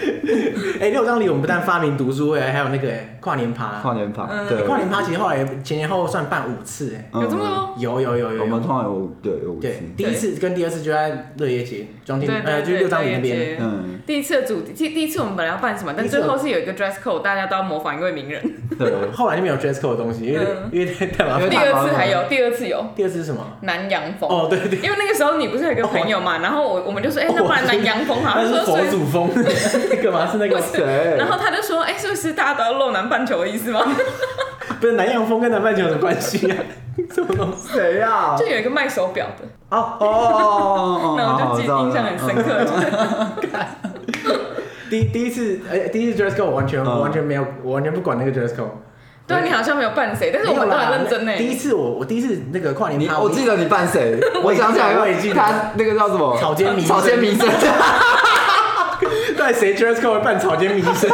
S1: 哎、六张里我们不但发明读书会，还有那个、哎跨年趴，哎
S3: 跨年趴，
S2: 嗯
S3: 对，
S1: 跨年趴其实后来前前后后算办五次、哎、
S2: 有这么
S3: 嗯
S2: 多？
S1: 有有有有
S3: 我
S1: 有，
S3: 们通常有五对有五次
S1: 对，，第一次跟第二次就在乐业街，庄静
S2: 对
S1: 呃
S2: 对
S1: 就是
S2: 对，
S1: 六张里
S2: 对
S1: 那边，
S2: 对
S3: 嗯，
S2: 第一次的主题，第第一次我们本来要办什么，但
S1: 第一次
S2: 最后是有一个 dress code，大家都要模仿一位名人。
S3: 对。
S1: 后来就没有 dress code 的东西，因为、
S2: 嗯
S1: 因为太麻烦
S3: 因为。
S2: 第二次还有，第二次有
S1: 第二次是什么？
S2: 南洋风。
S1: 哦，对对
S2: 因为那个时候你不是有一个朋友嘛，然后我我们就说，哎、那不然南洋风好，
S1: 那
S2: 他
S1: 是
S2: 说
S1: 佛
S2: 所以，
S1: 祖风， 那个嘛是那个
S3: 谁？
S2: 然后他就说，哎、是不是大家都要露南半球的意思吗？
S1: 不是南洋风跟南半球有什么关系 啊？什么东西？
S3: 谁
S1: 啊
S3: 呀？
S2: 就有一个卖手表的，
S1: 哦，
S3: 哦哦哦哦，
S2: 那
S3: 好
S2: 我
S3: 好
S2: 就
S3: 知
S2: 记
S3: 道
S2: 印
S3: 了嗯
S2: 象很深刻。就是
S1: 第第一次，哎、第一次 dress code 完全、
S3: 嗯
S1: 完全没有，我完全不管那个 dress code，
S2: 对啊你好像没有扮谁，但是我们都很认真呢。
S1: 第一次我我第一次那个跨年
S3: 你
S1: 趴，
S3: 我记得你扮谁？我
S1: 我已经
S3: 想起来了，
S1: 我已经
S3: 他那个叫什么？
S1: 草间弥生
S3: 草间弥生，
S1: 对谁 dress code 会扮草间弥生？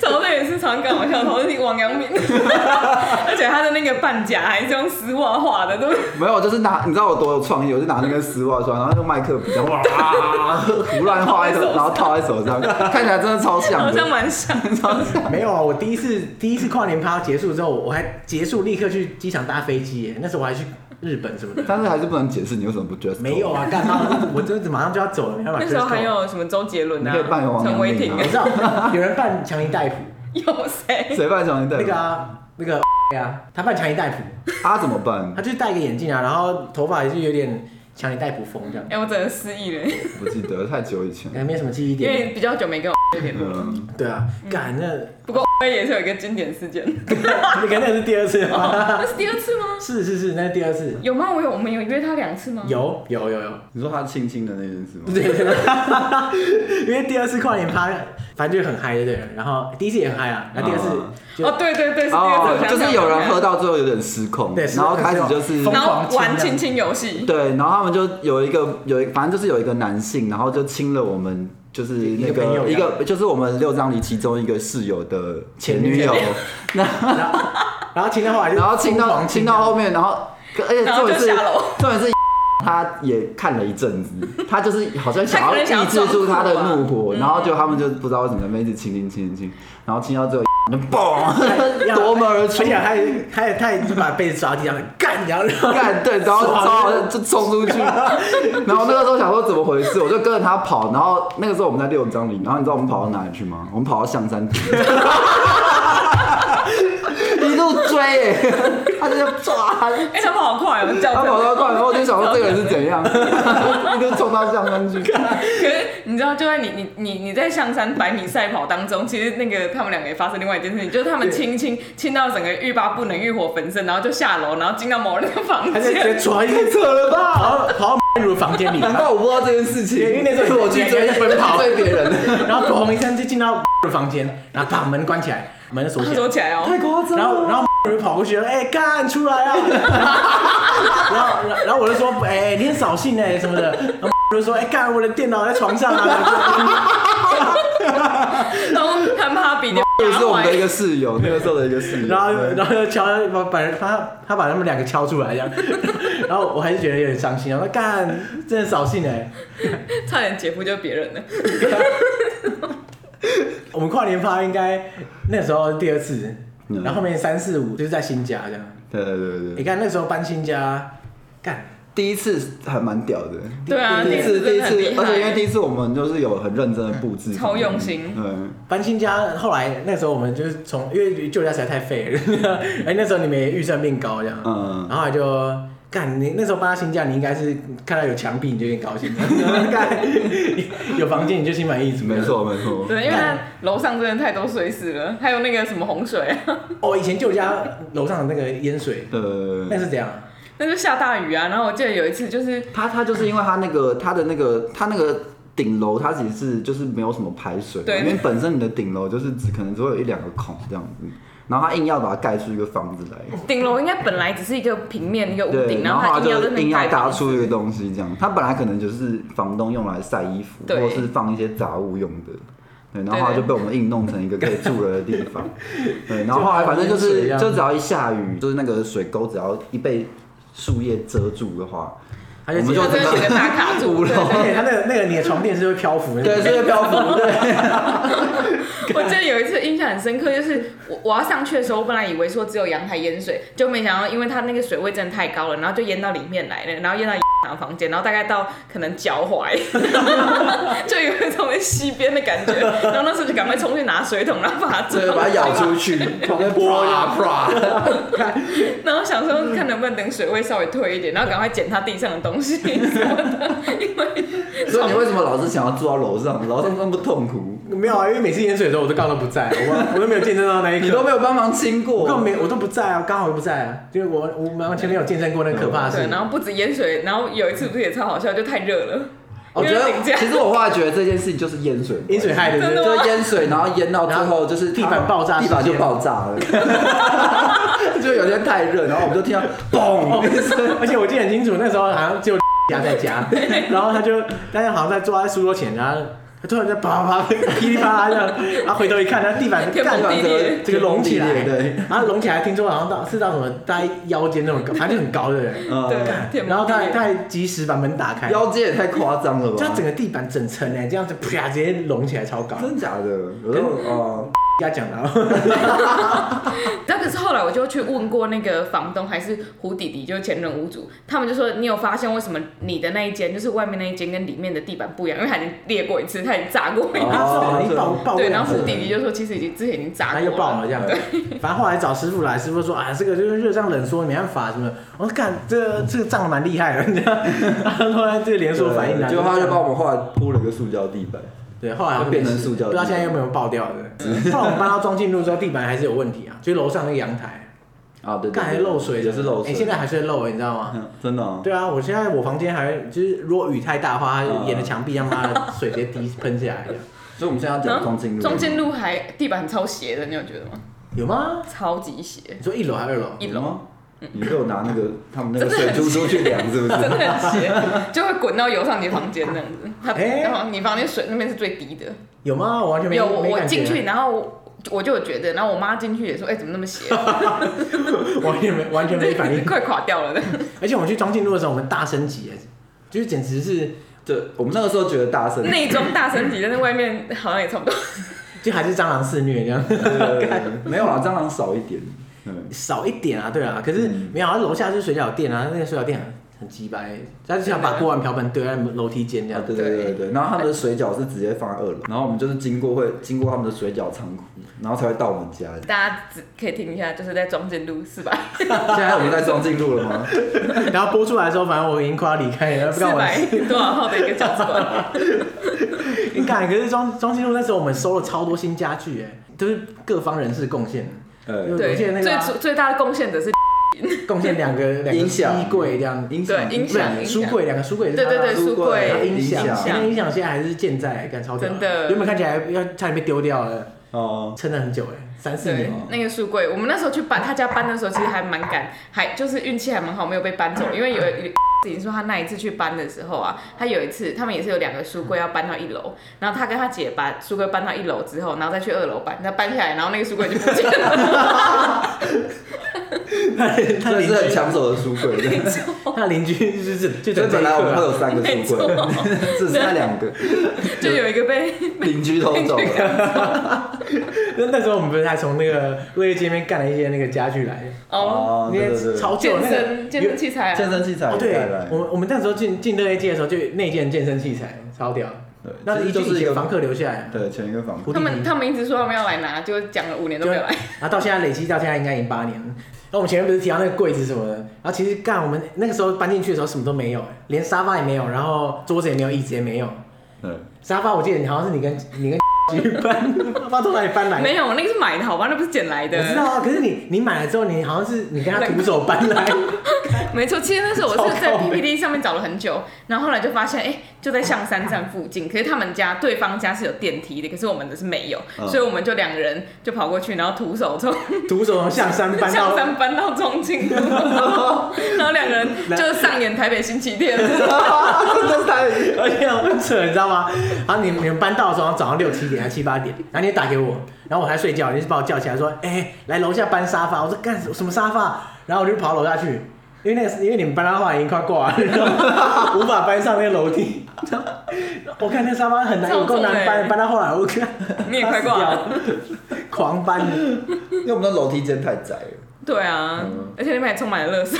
S2: 头的也是常干玩笑头，是王阳 明，而且他的那个半甲还是用丝袜画的，对不对？
S3: 没有，就是拿，你知道我多有创意，我就拿那根丝袜穿，然后用麦克笔，然后哇，胡乱画一个，然后套在手上，看起来真的超像
S2: 好像
S3: 的。
S2: 蛮 像的。
S1: 没有啊，我第一次第一次跨年趴结束之后，我还结束立刻去机场搭飞机耶，那时候我还去日本什么 的。
S3: 但是还是不能解释你为什么不 dress code。
S1: 没有啊，干嘛？我真的马上就要走了，没办法。
S2: 那时候还，有什么周杰伦啊，
S3: 你可以扮演王
S2: 陈
S3: 阳明啊
S2: 伟霆
S1: 我知道有人扮强尼戴普，
S2: 有谁？
S3: 谁扮双肩带？
S1: 那个啊，那个啊，他扮强尼戴普，
S3: 他啊怎么办？
S1: 他就是戴一个眼镜啊，然后头发也是有点强尼戴普风这样，
S2: 哎，我真的失忆 了，
S3: 不记得，太久以前。
S1: 感觉没什么记忆
S2: 因
S1: 点。
S2: 为比较久没跟我 联络。
S3: 嗯，
S1: 对啊，干那
S2: 不过我 也是有一个经典事 件，
S1: 你看那是第二次吗？
S2: 那是第二次吗？
S1: 是是是，那是第二次。
S2: 有吗？我有，我们有约他两次吗？
S1: 有有有有，
S3: 你说他亲亲的那件事吗？
S1: 对， 因为第二次跨年趴，反正就很嗨，对不对？然后第一次也很嗨啊，然后第二次就、
S2: 哦，对对 对，是第二次，
S3: 哦
S2: 我，想
S3: 就
S2: 起来
S3: 是有人喝，到最后有点失控，
S1: 对
S3: 然后开始就是
S1: 失控
S2: 然后玩
S1: 疯狂亲
S2: 亲亲游戏，
S3: 对，然后他们就有一个有一，反正就是有一个男性，然后就亲了我们。就是那
S1: 一个朋
S3: 个
S1: 友
S3: 一个，就是我们六张里其中一个室友的前女友，
S1: 然后然后亲到后来就
S3: 然后亲
S1: 疯
S3: 到
S1: 狂啊
S3: 亲到后面，然后而且
S2: 然后
S3: 重点
S2: 就是下楼。
S3: 重点是他也看了一阵子，他就是好像想
S2: 他可
S3: 要
S2: 能想要
S3: 抑制住他的怒
S2: 装
S3: 火，
S2: 酷啊
S3: 然后就他们就不知道为什么在那边一直亲亲亲亲亲，然后亲到最后就
S1: 要
S3: 嘣夺门而出
S1: 而。且他也他也他也就把被子抓地上干，然后然后
S3: 干对，然后
S1: 爽
S3: 然后就冲出去，然后那个时候想说怎么回事，我就跟着他跑，然后那个时候我们在六张里，然后你知道我们跑到哪里去吗？我们跑到象山谷，一路追、欸，他就在抓，
S2: 哎，他们好快哦，叫
S3: 他
S2: 我
S3: 跑到快，然后我就想说这个人是怎样，一路冲到象山去，
S2: 可是你知道，就在你你你你在象山百米赛跑当中，其实那个他们两个也发生另外一件事情，就是他们
S1: 对
S2: 亲亲亲到整个欲罢不能、欲火焚身，然后就下楼，然后进到某人的房
S1: 他就直接
S2: 间。
S1: 抓一
S3: 扯了吧？
S1: 跑到跑到如房间里，
S3: 难怪我不知道这件事情，
S1: 因为那时候
S3: 是我去追
S1: 你在奔跑
S3: 追别人，
S1: 然后砰一声就进到的房间，然后把门关起来，门锁
S2: 他
S1: 起
S2: 走
S1: 来，
S2: 起来哦，
S3: 太夸张了。
S1: 然后然后就跑过去了，哎、干出来啊！ 然后然后然后我就说，哎、你很扫兴哎、什么的，然后就说，哎、干我的电脑在床上啊，
S2: 然后他们怕比 掉
S3: 这也是我们的一
S2: 坏。
S3: 个室友，那个时候的一个室友，
S1: 然后
S3: 对
S1: 然后就敲把把人他他把他们两个敲出来这样， 然后我还是觉得有点伤心，我说干真的扫兴哎、
S2: 差点姐夫就是别人了。
S1: 我们跨年趴应该那时候第二次，
S3: 嗯
S1: 然后后面三四五就是在新家这样。
S3: 对对对对
S1: 你、
S3: 对，
S1: 看那时候搬新家，干
S3: 第一次还蛮屌的。
S2: 对啊，
S3: 第一次，
S2: 那
S3: 第
S2: 真
S3: 一
S2: 的很
S3: 次
S2: 厉，害
S3: 而且因为第一次我们就是有很认真的布置，
S2: 超用心
S3: 嗯，
S1: 搬新家，后来那时候我们就是从因为旧家实在太废了， 哎那时候你们也预算变高这样，
S3: 嗯
S1: 然后后来就干你那时候搬到新家，你应该是看到有墙壁你就有点高兴， 干有房间你就心满意足，
S3: 没。错没错。
S2: 对，因为他楼上真的太多水死了，还有那个什么洪水、啊，
S1: 哦，以前旧家楼上的那个淹水，
S3: 呃
S1: 那，是怎样？
S2: 那就下大雨啊。然后我记得有一次就是
S3: 他他就是因为他那个他的那个他那个顶楼，它其实是就是没有什么排水，
S2: 对
S3: 因为本身你的顶楼就是只可能只会有一两个孔这样子，然后他硬要把它盖出一个房子来，
S2: 顶楼应该本来只是一个平面一个屋
S3: 对，
S2: 顶，
S3: 然后
S2: 他
S3: 他
S2: 硬要在
S3: 就
S2: 那
S3: 硬
S2: 边
S3: 要
S2: 盖
S3: 搭
S2: 房子
S3: 出一个东西这样。他本来可能就是房东用来晒衣服，
S2: 对
S3: 或是放一些杂物用的。对，然后他
S2: 对
S3: 就被我们硬弄成一个可以住人的地方。 对，然后后来反正就是
S1: 就好像淹水一，样
S3: 就只要一下雨，就是那个水沟只要一被树叶遮住的话，
S1: 他就
S3: 我们
S1: 直
S3: 就
S1: 接
S2: 他真的写个大卡住，对
S1: 而且他那个那个你的床垫是会漂浮的，
S3: 对，是会漂浮。对，
S2: 我记得有一次印象很深刻，就是我我要上去的时候，我本来以为说只有阳台淹水，就没想到因为它那个水位真的太高了，然后就淹到里面来了，然后淹到的房间，然后大概到可能脚踝， 就有一种西边的感觉。然后那时候就赶快冲去拿水桶，然后把它抓
S3: 对，把它咬出 去，旁边拨呀啪。
S2: 然后想说看能不能等水位稍微退一点，然后赶快捡它地上的东 西什么的，因为
S3: 所以你为什么老是想要住到楼上？楼上那么痛苦，
S1: 没有啊，因为每次淹水的时候我都刚好都不在，我我都没有见证到那一刻，
S3: 你都没有帮忙清
S1: 我根本
S3: 过。
S1: 没，我都不在啊，刚好又不在啊，就是我我完全没有见证过那可怕的事
S2: 对，。然后不止淹水，然后有一次不是也超好笑，就太热了。
S3: 哦我觉得
S2: 因为顶价
S3: 其实我后来觉得这件事情就是淹水，
S1: 饮水害的
S2: 真
S1: 人
S2: 的吗
S3: 就是淹水，然后淹到最后就是
S1: 然后地板爆炸
S3: 地板
S1: 事
S3: 就
S1: 件
S3: 爆炸了， 就有点太热，然后我们就听到嘣一声，
S1: 而且我记得很清楚，那时候好像只有 家在家，然后他就，大家好像在坐在书桌前，然后他突然在啪啪啪噼里啪啦这样，然后回头一看，他地板
S2: 天
S1: 干
S2: 崩地裂
S1: 这个隆起来，
S3: 对，
S1: 然后隆起来，听说好像到是到什么大概腰间那种高，反正就很高的人，
S3: 嗯
S2: 对，天
S1: 然后他还
S2: 崩地
S1: 他
S2: 裂
S1: 还及时把门打开，
S3: 腰间也太夸张了
S1: 这
S3: 吧
S1: 样？整个地板整层哎，这样子啪直接隆起来超高，
S3: 真假的？然后哦，
S1: 跟他讲然后
S2: 但可是后来我就去问过那个房东，还是胡弟弟，就是前任屋主，他们就说你有发现为什么你的那一间，就是外面那一间跟里面的地板不一样，因为它已经裂过一次，它已经炸过一次。
S1: 他说已经爆爆
S2: 哦 对，啊
S1: 两
S2: 然后
S1: 次
S2: 胡弟弟就说其实已经之前已经炸
S1: 他
S2: 过
S1: 又爆
S2: 了。
S1: 了这样，反正后来找师傅来，师傅说啊，这个就是热胀冷缩，没办法什么的。我说干，这个这个胀得蛮厉害的， 这样。然后后来这个连锁反应来，
S3: 就他就把我们后来铺了个塑胶地板，
S1: 对，后来好像
S3: 就变成
S1: 没事
S3: 塑胶
S1: 不知道现在有没有爆掉的。 后来我们搬到中进路之后，地板还是有问题啊，就是楼上那个阳台，
S3: 啊，对，对
S1: 干还漏水的，
S3: 也是漏水，
S1: 哎现在还是会漏，你知道吗？
S3: 嗯真的哦，
S1: 对啊，我现在我房间还就是，如果雨太大的话，它
S3: 嗯
S1: 沿着墙壁让它的水直接滴喷下来的，
S3: 所以我们现在要
S2: 然
S3: 讲
S2: 后
S3: 中进路，
S2: 嗯中间路还地板很超斜的，你有觉得吗？
S1: 有吗？
S2: 超级斜，
S1: 你说一楼还是二楼？
S2: 一
S3: 有
S2: 楼嗯
S3: 吗？你被我拿那个他们那个
S2: 真的
S3: 水
S2: 很
S3: 珠珠去量，是不
S2: 真
S3: 是？
S2: 的 很斜，就会滚到油上你房间那样子。它
S1: 哎
S2: 然后你房间水那边是最低的。
S1: 有吗？我完全没
S2: 有我
S1: 没
S2: 我
S1: 感觉
S2: 进去，然后我我就有觉得，然后我妈进去也说，哎、怎么那么斜？
S1: 完全没完全没反应
S2: 。快垮掉了的。
S1: 而且我们去中进路的时候，我们大升级，就是简直是
S3: 对，我们那个时候觉得大声，
S2: 内装大升级，但是外面好像也差不多。
S1: 就还是蟑螂肆虐这样，
S3: 对没有啊，蟑螂少一点，嗯，
S1: 少一点啊，对啊。可是
S3: 嗯
S1: 没有，啊，楼下是水饺店啊，那个水饺店很很鸡掰，他就想把锅碗瓢盆堆在楼梯间这
S3: 啊
S1: 样。
S3: 对对对对对，然后他们的水饺是直接放在二楼，然后我们就是经过会经过他们的水饺仓库，然后才会到我们家。
S2: 大家只可以听一下，就是在中间路是吧？
S3: 现在我们在装进入了 吗？
S1: 然后播出来的时候，反正我已经快要离开了，不
S2: 四
S1: 干我
S2: 百 多少号的一个饺子 馆，
S1: 你看，可是庄庄心路那时候我们收了超多新家具，哎，都是各方人士贡献，
S3: 呃，
S1: 我
S2: 对，
S1: 记得那个
S2: 最
S1: 啊
S2: 主最大的贡献者是
S1: 贡献两 个两个
S3: 音响
S1: 衣柜这样，
S3: 音
S2: 对音
S1: 不
S2: 响
S1: 是
S2: 音响
S1: 书柜两个书柜也是
S2: 对对
S1: 他
S2: 对
S1: 的
S2: 书
S3: 柜
S1: 然后
S2: 柜
S1: 音响
S3: 音响，
S1: 那音响现在还是健在，干超屌，
S2: 真的
S1: 原本看起来要差点被丢掉了，
S3: 哦，
S1: 撑了很久哎，三四
S2: 对
S1: 年。
S2: 那个书柜，我们那时候去搬他家搬的时候，其实还蛮赶，还就是运气还蛮好，没有被搬走，因为有有。你说他那一次去搬的时候啊，他有一次他们也是有两个书柜要搬到一楼，然后他跟他姐把书柜搬到一楼之后，然后再去二楼搬，那搬下来，然后那个书柜就不见 了。
S1: 他
S3: 这
S1: 邻
S3: 是很
S1: 居，
S3: 抢手的书 柜，对
S1: 他邻居就是就
S3: 所
S1: 等
S3: 以本来我们会有三个
S2: 没
S3: 书
S2: 错
S3: 柜， 只剩下两个，
S2: 就有一个被
S3: 邻居偷走了。
S1: 那那时候我们不是还从那个乐业街那边干了一些那个家具来，
S2: 哦，
S3: 哦，
S1: 那
S3: 对对
S1: 些
S3: 对，
S1: 超旧
S2: 健
S1: 那
S2: 身
S1: 个
S2: 健身器材啊，
S3: 健身器材
S1: 哦
S3: 也
S1: 对
S3: 带来，，
S1: 我们我们那时候进进乐业街的时候就有那件健身器材超屌，
S3: 对
S1: 那
S3: 其
S1: 一
S3: 实
S1: 就
S3: 就是
S1: 以
S3: 一
S1: 前
S3: 个
S1: 房客留下来，
S3: 对前一个房
S1: 胡
S2: 他
S1: 弟
S2: 们
S1: 弟，
S2: 他们一直说他们要来拿，就讲了五年都没有来。
S1: 然后到现在累积到现在应该已经八年了。然后我们前面不是提到那个柜子什么的，然后其实干我们那个时候搬进去的时候什么都没有，连沙发也没有，然后桌子也没有，椅子也没有。
S3: 对，
S1: 沙发我记得你好像是你跟 你跟去搬，不知道从哪里搬来的。
S2: 没有，那个是买的好吧？那不是捡来的。
S1: 我知道啊，可是你你买了之后，你好像是你跟他徒手搬 来，
S2: 没错，其实那时候我是在
S1: 超靠北
S2: PPT 上面找了很久，然后后来就发现，哎、就在象山站附近。可是他们家对方家是有电梯的，可是我们的是没有，
S3: 嗯
S2: 所以我们就两个人就跑过去，然后徒手从
S1: 徒手从象山搬
S2: 象
S1: 到，
S2: 山搬到中庆路，然后两个人就上演台北星期天。
S3: 真的是太
S1: 而且很扯，你知道吗？然后你你们搬到的时候早上六七点还七八点，然后你打给我，然后我还睡觉，你就把我叫起来说，哎、来楼下搬沙发。我说干什么沙发？然后我就跑到楼下去，因为那个因为你们搬的话已经快挂了， 然后无法搬上那个楼梯。 我看那沙发很难，有够难
S2: 超重欸
S1: 搬，
S2: 的
S1: 搬到后来我看
S2: 你也快挂了，
S1: 狂搬。
S3: 因为我们的楼梯间太窄了。
S2: 对啊，而且那边还充满了垃圾。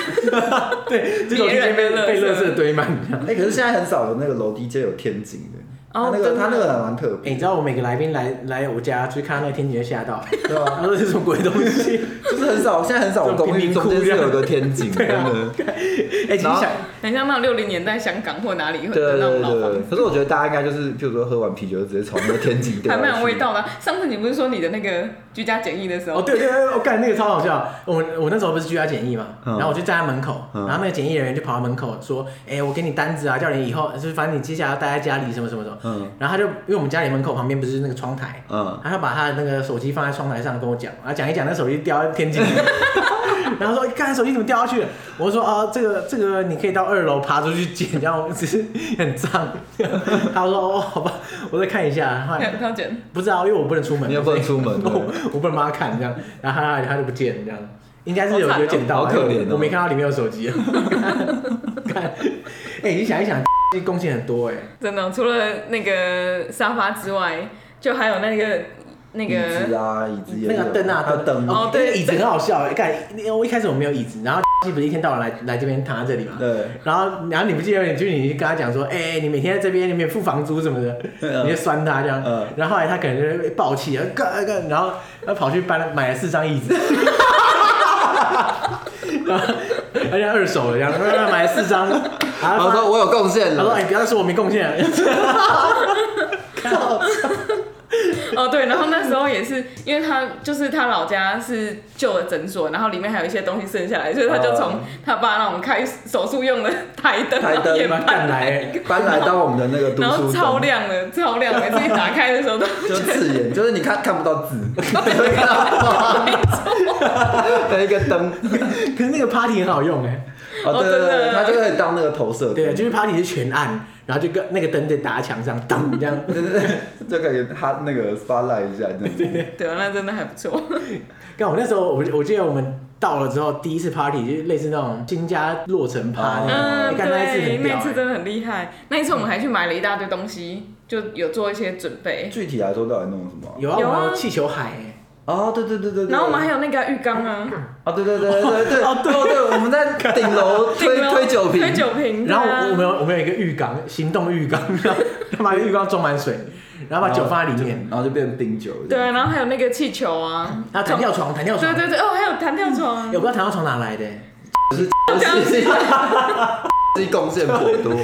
S1: 对，这楼梯
S2: 别人
S1: 间被
S2: 的
S1: 被
S2: 垃
S1: 垃
S2: 圾
S1: 圾堆满。
S3: 哎、可是现在很少有那个楼梯间有天井的，
S2: 哦
S3: 它那个
S2: 真的
S3: 它那个还蛮特
S1: 哎、
S3: 别，
S1: 你知道我每个来宾来来我家去看到那个天井就吓到，
S3: 对吧、
S1: 他说这是什么鬼东西？
S3: 就是很少，现在很少
S1: 这种
S3: 公
S1: 贫
S3: 寓
S1: 民窟
S3: 中间是有个天井，真的。
S1: 哎、哎，其实想
S2: 很像那种六零年代香港或哪里会
S3: 对
S2: 的
S3: 对
S2: 那种
S3: 对
S2: 老房
S3: 对
S2: 子，
S3: 对，可是我觉得大家应该就是，譬如说喝完啤酒就直接从那个天井掉
S2: 还
S3: 下去，
S2: 蛮有味道的啊。上次你不是说你的那个居家检疫的时
S1: 哦，
S2: 候，
S1: 对对对，我干那个超好笑。我我那时候不是居家检疫嘛，
S3: 嗯
S1: 然后我就站在门口，
S3: 嗯
S1: 然后那个检疫人员就跑到门口说：“哎，我给你单子啊，叫你以后就是反正你接下来要待在家里什么什么什么。
S3: 嗯”
S1: 然后他就因为我们家里门口旁边不是那个窗台，
S3: 嗯，
S1: 然后他把他的那个手机放在窗台上跟我讲，然后讲一讲，那手机掉到天井里， 然后说：“看手机怎么掉下去了？”我说：“啊，这个这个你可以到二楼爬出去捡，然后只是很脏。” 他说：“哦，好吧，我再看一下。”后来
S2: 他卷，
S1: 不知道，因为我不能出门，
S3: 你也不能出门
S1: 所以
S3: 对
S1: 我我不能帮他看这样，然后他他就不见了这样，应该是有
S2: 好惨哦
S1: 有捡到，
S3: 好可怜哦
S1: 我没看到里面有手机。 看，哎，你想一 想，贡献很多哎，
S2: 真的哦，除了那个沙发之外，就还有那个那
S3: 椅子
S2: 个
S3: 啊，椅子也
S1: 那
S3: 有
S1: 个凳啊
S3: 还有凳
S2: 哦
S1: 那
S2: 对
S1: 个椅子很好笑哎，看，我一开始我没有椅子，然后不是一天到晚来来这边躺在这里嘛，
S3: 对，
S1: 然后，然后你不记得，你就你跟他讲说，哎、你每天在这边，你没有付房租什么的，
S3: 对啊
S1: 你就酸他这样。
S3: 嗯
S1: 然后后来他可能就会暴气，然后干干，然后他跑去搬了买了四张椅子， 然后而且二手的这样，买了四张，然
S3: 然
S1: 后
S3: 后
S1: 他
S3: 说我有贡献
S1: 他说，哎、
S3: 了，
S1: 不要再说我没贡献了，
S2: 哦对，然后那时候也是因为他就是他老家是旧的诊所，然后里面还有一些东西剩下来，所以他就从
S3: 哦
S2: 他爸那种开手术用的台灯，
S3: 台
S2: 然
S3: 灯
S2: 后也
S1: 他妈干来，欸
S3: 搬来到我们的那个读
S2: 然后
S3: 书
S2: 超
S3: 灯，
S2: 亮的，超亮的，每次一打开的时候都
S3: 就刺眼，就是你看看不 到字，只会看到 画的一个灯，
S1: 可是那个 party 很好用哎、
S3: 哦
S2: 哦
S3: 对对
S2: 真
S3: 对，
S2: 的
S3: 它就可以当那个投射
S1: 对，
S3: 灯，
S1: 就是 party 是全暗，然后就跟那个灯在打墙上，噔这样。
S3: 对对对，就可以它那个 spotlight 一下，对对，
S2: 对啊，那真的还不错。
S1: 但我那时候，我我记得我们到了之后，第一次 party 就是类似那种新家落成趴
S3: 哦
S1: 那种，
S2: 嗯，
S1: 你看那一次
S2: 对，
S1: 很屌、
S2: 那一次
S1: 欸。
S2: 真的很厉害。那一次我们还去买了一大堆东西，就有做一些准备。
S3: 具体来说到底弄了什么啊？
S1: 有啊，
S2: 有
S1: 我
S2: 啊
S1: 们有气球海、欸，
S3: 哦，对对对对，对
S2: 然后我们还有那个浴缸啊，
S3: 啊，对对 对对对对，哦对对，我们在顶楼推
S2: 顶楼
S3: 推酒瓶，
S2: 推酒瓶，啊
S1: 然后我我们
S2: 们
S1: 有我们有一个浴缸，行动浴缸， 然后把浴缸装满水，然后把酒放在里
S2: 哦
S1: 面，
S3: 然后就变成冰酒。
S2: 对啊，然后还有那个气球啊，
S1: 然后弹跳床，弹跳
S2: 对
S1: 床，
S2: 对对，哦，还有弹跳床
S1: 欸我，不知道弹跳床哪来的、欸
S3: 这样子，是贡献颇 多。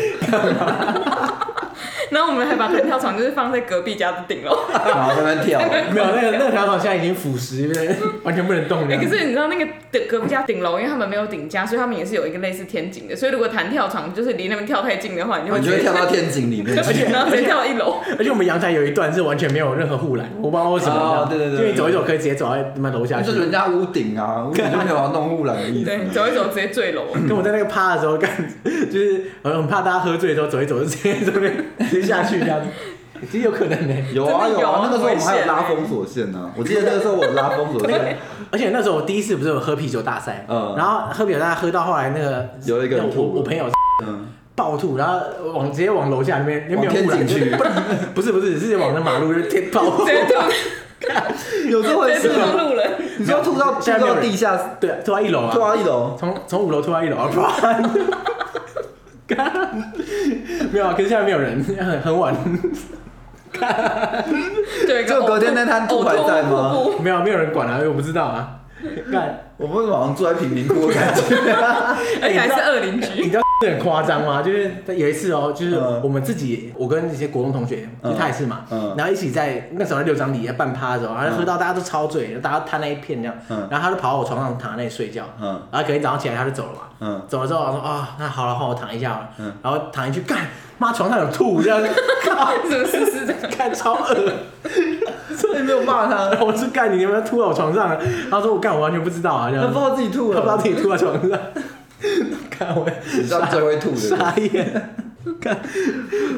S2: 然后我们还把弹跳床就是放在隔壁家的顶楼。
S3: 然后在那边跳，
S1: 没有那个那个弹跳床现在已经腐蚀， 对完全不能动了
S2: 哎，。可是你知道那个顶隔壁家顶楼，因为他们没有顶架，所以他们也是有一个类似天井的，所以如果弹跳床就是离那边跳太近的话， 你就会
S3: 你就
S2: 觉
S3: 会
S2: 得
S3: 跳到天井里面
S2: 对不起，
S3: 去。
S2: 然后直接跳到一楼。
S1: 而且我们阳台有一段是完全没有任何护栏，我不知道为什么。
S3: 哦对对对
S1: 因为你走一走可以直接走到他妈楼下去
S3: 就是。人家屋顶啊，屋顶就没有要弄污染的意思。
S2: 对，走一走直接坠楼。
S1: 跟我在那个趴的时候，干就是我很怕大家喝醉的时候走一走就直接这边直接下去这样子，其实有可能呢、
S3: 有啊
S2: 真的有
S3: 啊
S2: 啊，
S3: 那个时候我们还有
S2: 危险
S3: 拉封锁线呢。我记得那个时候我有拉封锁线，
S1: 而且那时候我第一次不是有喝啤酒大赛，
S3: 嗯
S1: 然后喝啤酒大赛喝到后来那个
S3: 有一个人
S1: 我
S3: 吐
S1: 我我朋友
S3: 嗯，
S1: 暴吐，然后往直接往楼下那边，因为没有
S3: 往天
S1: 护栏
S3: 井去，
S1: 不是不是，是往那马路就天 暴吐
S2: 直，接跳，
S3: 有这回
S2: 直接
S3: 事
S2: 跳
S3: 吗？
S2: 到路人。
S3: 你说吐到吐
S1: 现在没有
S3: 到
S1: 人
S3: 地下，
S1: 对啊，吐到一楼
S3: 吐
S1: 啊，
S3: 到一楼，
S1: 从从五楼吐到一楼，啊，啪 干没有啊，可是现在没有人，很很晚，
S2: 对，
S3: 就隔天那摊吐还在吗
S2: 呕吐瀑布
S1: 没有啊没有人管啊，因为我不知道啊，干。
S3: 我们好像住在贫民窟的感觉。
S2: 而且还是二邻
S1: 哎你
S2: 居。
S1: 知道 很夸张吗？就是有一次哦，就是
S3: 嗯
S1: 我们自己，我跟一些国中同学，就
S3: 嗯
S1: 他也是嘛
S3: 嗯，
S1: 然后一起在那时候在六张里在半趴的时候，然后喝到大家都超醉，大家瘫那一片这样
S3: 嗯，
S1: 然后他就跑到我床上躺在那里睡觉，
S3: 嗯
S1: 然后隔天早上起来他就走了嘛，
S3: 嗯，
S1: 走了之后我说啊，那好了，换我躺一下好了
S3: 嗯，
S1: 然后躺一去，干妈床上有吐这样， 靠，
S2: 什么事是这样？
S1: 看超恶。
S3: 所以没有骂他，
S1: 然后我说干你有没有吐到我床上了？他说我干我完全不知道啊，这
S3: 他
S1: 样
S3: 不知
S1: 子，
S3: 道自己吐
S1: 他不
S3: 了，
S1: 知道自己吐到床上， 看我
S3: 史上最会吐的人。
S1: 傻眼，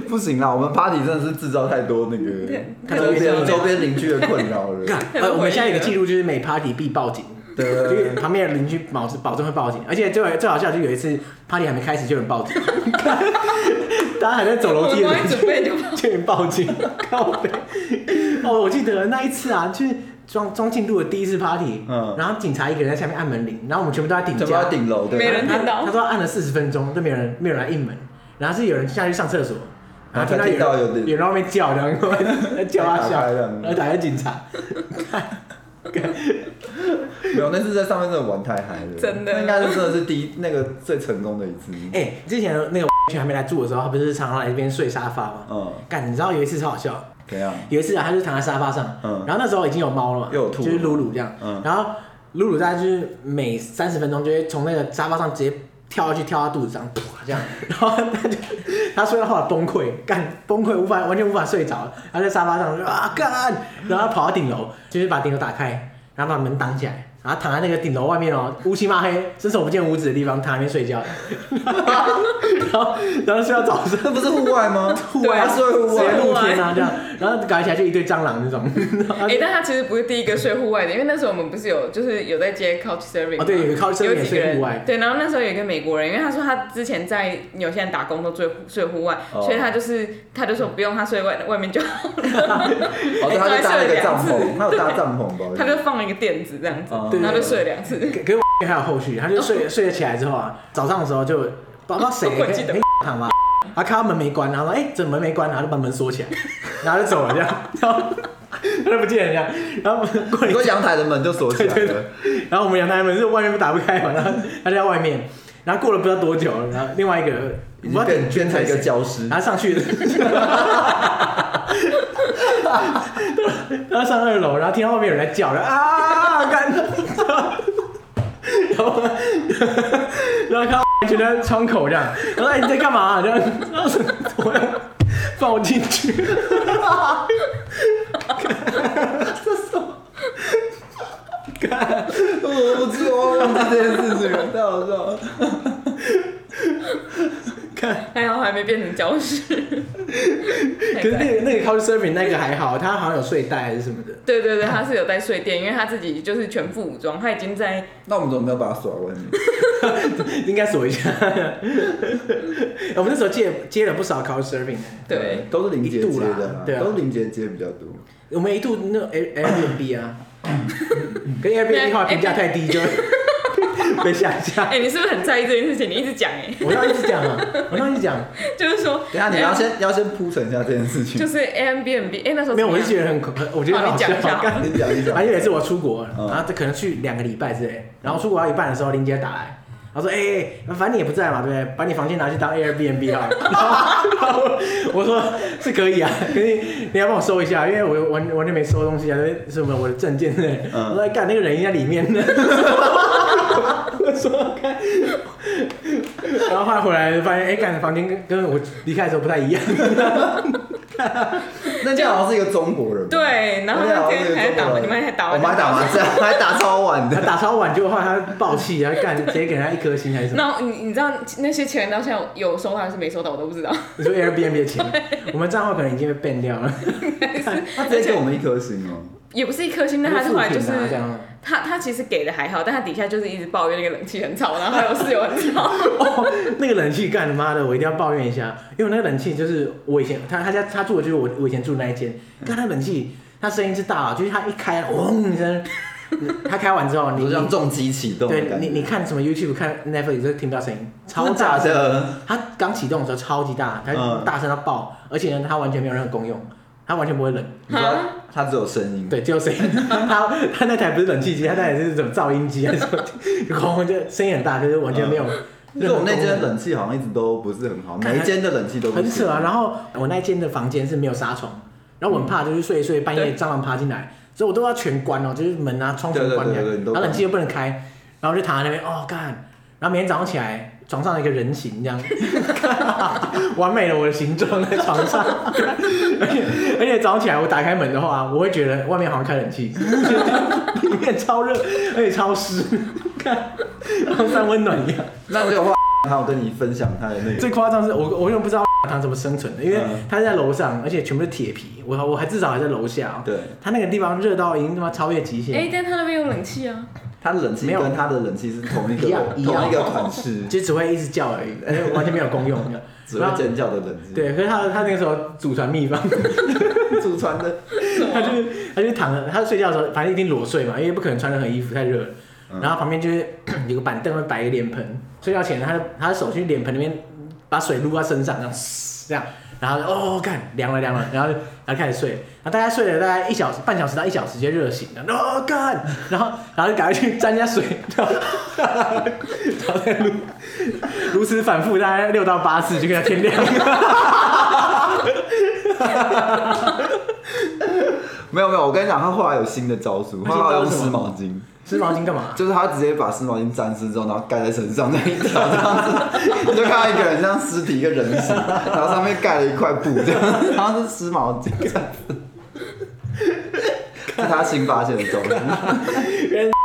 S3: 不行啦，我们 party 真的是制造太多那个
S1: 太
S3: 周
S1: 多
S3: 边
S1: 人
S3: 周边邻居的困扰了。
S1: 干呃，我们现在有个记录就是每 party 必报 警。
S3: 对对
S1: 就
S3: 对
S1: 是旁边的邻居保保证会报警，而且最最好笑就有一次 party 还没开始就有人报 警，大家还在 走
S2: 我
S1: 楼
S2: 们
S1: 梯的
S2: 光
S1: 人
S2: 准备 就
S1: 就有人报警，靠背。哦，我记得那一次啊，就是庄庄进度的第一次 party，
S3: 嗯
S1: 然后警察一个人在下面按门铃，然后我们全部都在顶
S3: 怎么要
S1: 家，
S3: 顶楼？对吧
S2: 没人听到
S1: 他说按了四十分钟都没有人没有人来应门，然后是有人下去上厕所。然后
S3: 才听到
S1: 有
S3: 有
S1: 人
S3: 人
S1: 有人在外面叫，然后 在叫他
S3: 才打
S1: 笑，
S3: 开这样
S1: 然后打给警察。
S3: 没 有，那次在上面真的玩太嗨了，
S2: 真的
S3: 那应该是真的是第一那个最成功的一次。
S1: 哎、之前那个 去还没来住的时候，他不是常常来这边睡沙发吗？
S3: 嗯，
S1: 干，你知道有一次超好笑，
S3: 怎样？
S1: 有一次啊，他就躺在沙发上，
S3: 嗯
S1: 然后那时候已经有猫了嘛，
S3: 又有兔
S1: 就是露露这样，
S3: 嗯
S1: 然后露露大概就是每三十分钟就会从那个沙发上直接跳下去，跳到肚子上，啪这样，然后他就他睡到后来崩溃，干崩溃无法完全无法睡着，他在沙发上就啊干，然后他跑到顶楼，就是把顶楼打开，然后把门挡起来。然后躺在那个顶楼外面哦，乌漆嘛黑、伸手不见五指的地方，躺在那边睡觉， 然后然后睡到早上，
S3: 那不是户外吗？户
S2: 外
S3: 他睡户
S1: 直接
S3: 外。哦
S1: 露天啊这样，然后搞起来就一堆蟑螂那种。
S2: 哎、但他其实不是第一个睡户外的，因为那时候我们不是有就是有在接 couch serving，
S1: 哦对有个 couch surfing 也
S2: 几个
S1: 睡
S2: 人
S1: 户外
S2: 对，然后那时候有一个美国人，因为他说他之前在纽西兰打工都睡睡户外，
S3: 哦
S2: 所以他就是他就说不用他睡外外面就好，
S3: 哦，对，他就搭了个帐
S2: 还睡了
S3: 篷，他有搭帐篷吧？我
S2: 他
S3: 觉得
S2: 就放了一个垫子这样子，
S3: 哦
S1: 对
S2: 然后就睡了两次。
S1: 可可是我还有后续，他就 睡睡了起来之后啊，早上的时候就不知道不知道谁
S2: 我记得
S1: 可以躺吧，他看到门没关，然后说哎、怎么门没关，然后就把门锁起来，然后就走了这样，然后他就不见人家，然后过
S3: 你
S1: 了
S3: 说阳台的门就锁起来
S1: 对对
S3: 了，
S1: 然后我们阳台门是外面打不开嘛，然后他就在外面，然后过了不知道多久，然后另外一个
S3: 已
S1: 我不知
S3: 经
S1: 道
S3: 变变成一个教师。
S1: 然后上 去，然后上二楼，然后听到外面有人在叫，然后啊，干，然后然后看到就在窗口这样，然后哎你在干嘛、这样，然后我要放我进去，
S3: 我不知道，我忘记这件事情了，太好笑了。
S1: 看，
S2: 还好还没变成教室。
S1: 可是 那个那个 couch surfing 那个还好，他好像有睡袋还是什么的，
S2: 对对对，他是有带睡垫，因为他自己就是全副武装，他已经在
S3: 那我们怎么没有把它锁在外面？
S1: 应该锁一 下。我们那时候接接了不少 couch surfing，
S2: 对，
S3: 都是林姐接
S1: 一度
S3: 的
S1: 啦
S3: 啊，
S1: 对啊
S3: 都是林姐接比较多。
S1: 我们一度那种 Air- Airbnb 啊，可是 Airbnb 后来评价太低，就 被下架
S2: 哎、。你是不是很在意这件事情？你一直讲哎、
S1: 我要一直讲啊，我要一直讲，
S2: 就是说，
S3: 等一下你要先要先铺陈一下这件事情
S2: 哎就。是 a m b n b 哎、那时候
S1: 没有，我就
S2: 怎么
S1: 觉
S2: 样
S1: 得很恐，我觉得很
S2: 好
S1: 好
S2: 你
S1: 笑
S2: 讲一下。
S1: 干
S3: 你讲你讲
S1: 反，正有一次我出国，
S3: 嗯
S1: 然后可能去两个礼拜之类，然后出国到一半的时候，林姐打来，她说：“哎、欸，反正你也不在嘛，对不对？把你房间拿去当 Airbnb 好了。 然后”然后我说：“是可以啊，可是你要帮我收一下，因为我完完全没收东西啊，就是什么我的证件之类。
S3: 嗯
S1: 我说：“哎干，那个人应该里面。” 我说：“看。”然后后来回来发现，哎、干，房间跟跟我离开的时候不太一样。
S3: 那这样好像是一个中国人吧。
S2: 对，然后
S3: 那
S2: 他
S3: 这
S2: 今
S3: 样好像是
S2: 天
S3: 一
S2: 还
S3: 个
S2: 打
S3: 中国
S2: 麻，
S3: 人
S2: 你们还打
S3: 我
S2: 完
S3: 们还打 麻将，还打超晚
S1: 他
S3: 的。
S1: 打超晚，结果后来他爆气，然后干，直接给人家一颗星还是什么？
S2: 那你你知道那些钱到现在有收到还是没收到，我都不知道。
S1: 你说 Airbnb 的钱，我们账号可能已经被 ban 掉 了，
S3: 他直接给我们一颗星哦。
S2: 也不是一颗星，但他
S1: 副
S2: 后来就
S1: 品
S2: 是
S1: 啊这样。
S2: 他他其实给的还好，但他底下就是一直抱怨那个冷气很吵，然后还有室友很吵。
S1: 哦，那个冷气干他妈的，我一定要抱怨一下，因为那个冷气就是我以前他他家他住的就是我我以前住的那一间，但他冷气他声音是大啊，就是他一开嗡一声，他开完之后 你
S3: 就像
S1: 你
S3: 重击启动的
S1: 对
S3: 感
S1: 你
S3: 觉。
S1: 你看什么 YouTube 看 Netflix 都听不到声音，超
S3: 真的
S1: 大
S3: 假
S1: 声。
S3: 的？
S1: 它刚启动的时候超级大，它
S3: 嗯
S1: 大声到爆，而且呢，它完全没有任何功用，它完全不会冷，
S3: 你说他只有声音。
S1: 对，只有声音。 它它那台不是冷气机，它那台是什么噪音机还是什么？然后 就声音很大，就是完全没有
S3: 就是
S1: 任
S3: 我
S1: 何功
S3: 们
S1: 能。
S3: 那间冷气好像一直都不是很好，
S1: 看
S3: 每一间的冷气都不
S1: 很
S3: 行
S1: 扯啊。然后我那间的房间是没有纱窗，然后我很怕就是睡一睡，半夜
S2: 对
S1: 蟑螂爬进来，所以我都要全关哦，就是门啊窗全关起来，
S3: 嗯对对对对你都
S1: 然后冷气又不能开，然后就躺在那边哦干，然后每天早上起来床上有一个人形这样， 完美了我的形状在床上， 而且而且早上起来我打开门的话，我会觉得外面好像开冷气， 里面超热，而且超湿， 看像三温暖一样。
S3: 那这个话，他有跟你分享他的那个，
S1: 最夸张是我我永远不知道他怎么生存的，因为
S3: 嗯
S1: 他在楼上，而且全部是铁皮，我我还至少还在楼下、哦。
S3: 对，
S1: 他那个地方热到已经他妈超越极限，
S2: 哎、但他那边有冷气啊，
S3: 他的冷气
S1: 没有
S3: 跟他的冷气是同一个
S1: 一样一样
S3: 同一个 款式，
S1: 就只会一直叫而已，而且完全没有功用。
S3: 只
S1: 然
S3: 会
S1: 后
S3: 尖叫的冷气。，
S1: 对，可是他他那个时候祖传秘方，
S3: 祖传的。
S1: 他就是他就是躺着，他睡觉的时候反正一定裸睡嘛，因为不可能穿任何衣服，太热了。
S3: 嗯
S1: 然后旁边就是 有个板凳会摆一个脸盆，睡觉前他的他的手去脸盆里面把水撸到身上，这样嘶这样，然后就哦干凉了凉了，然后就然后开始睡，然后大家睡了大概一小时半小时到一小时，直接热醒了，哦干，然后然后就赶快去沾一下水，然后然后再撸， 如此反复大概六到八次，就跟他天亮。
S3: 没有没有，我跟你讲，他后来有新的招数，
S1: 他新
S3: 他后来
S1: 招
S3: 用
S1: 什
S3: 湿
S1: 么
S3: 毛巾，
S1: 吃毛巾干嘛？
S3: 就是他直接把湿毛巾沾湿之后，然后盖在身上那一条这样子，你就看到一个人像尸体一个人形，然后上面盖了一块布这样，然后是湿毛巾这样子。是他新发现的招数，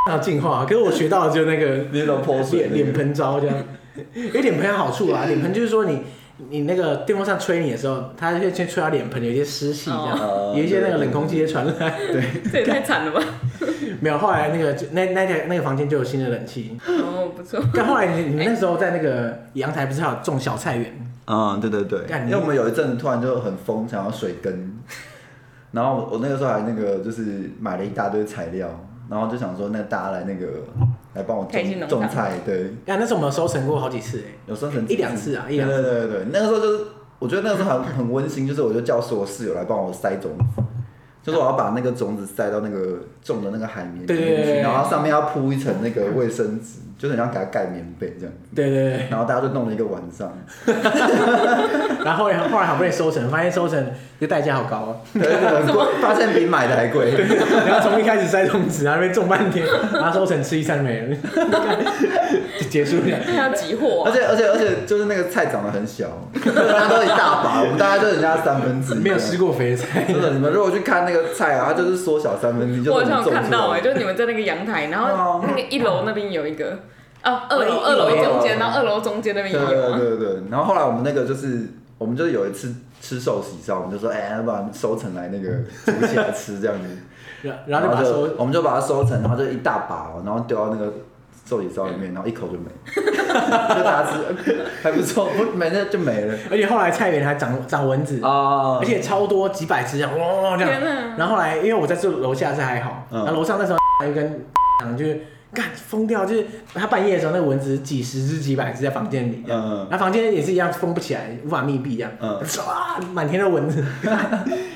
S1: 要进化，可是我学到的就那个
S3: 你怎么泼水
S1: 脸脸盆招 这样，因为脸盆有好处啊，脸盆就是说你你那个电风扇吹你的时候，它会先吹到脸盆，有一些湿气这样，
S3: 哦
S1: 有一些那个冷空气也传来。对，
S2: 这也太惨了吧！
S1: 没有，后来那个那那台那个房间就有新的冷气。
S2: 哦，不错，
S1: 但后来你你们那时候在那个阳台不是还有种小菜园？
S3: 嗯，对对对，
S1: 干
S3: 因为我们有一阵子突然就很疯，想要水根，然后我我那个时候还那个就是买了一大堆材料，然后就想说那大家来那个来帮我
S2: 开心农
S3: 种
S2: 场
S3: 种菜，对，
S1: 啊，那时候我们有收成过好几次哎、
S3: 有生成
S1: 一两次啊一两
S3: 对对对对，那个时候就是我觉得那个时候很很温馨，就是我就叫所有室友来帮我塞种子。就是我要把那个种子塞到那个种的那个海绵里
S1: 对对
S3: 面去，
S1: 对
S3: 然后上面要铺一层那个卫生纸，就是你要给它盖棉被这样，
S1: 对对对，
S3: 然后大家就弄了一个晚 上，
S1: 然后后来后来好不容易收成，发现收成这代价好高哦、
S3: 对，很贵，发现比买的还 贵。
S1: 然后从一开始塞种子，然后被种半天，然后收成吃一餐没了， 就结束了。
S2: 还要集货
S3: 而
S2: 啊，
S3: 且而且而且就是那个菜长得很小，大家都一大把，我们大家就人家三分之一。
S1: 没有吃过肥的菜，
S3: 真的，你们如果去看那个菜啊，它就是缩小三分之一，就
S2: 我
S3: 是
S2: 好像有
S3: 种
S2: 看
S3: 出来
S1: 欸
S2: 到哎、就是你们在那个阳台，然后
S3: 哦
S2: 那个一楼那边有一个，哦，二楼
S1: 一
S2: 二
S1: 一
S2: 楼
S1: 楼
S2: 中间，然后二楼中间那边
S3: 对
S2: 也有
S3: 对
S2: 啊，
S3: 对对对。然后后来我们那个就是，我们就有一次吃寿喜烧，我们就说，哎、要不然收成来那个 煮起来吃这样子。
S1: 然然后就把它收，
S3: 我们就把它收成，然后就一大把、哦，然后丢到那个寿喜烧里面，然后一口就没， 就大家吃，还不错，不没那就没了
S1: 而且后来菜园还长长蚊子，
S3: 啊
S1: 而且超多几百只这样，哇这
S2: 天哪
S1: 样。然后后来因为我在住楼下是还好，
S3: 嗯
S1: 然后楼上那时候就跟就是干疯掉，就是他半夜的时候那个蚊子几十只几百只在房间里，这样
S3: 嗯
S1: 然后房间也是一样封不起来，无法密闭这样，
S3: 嗯
S1: 唰 满天的蚊子。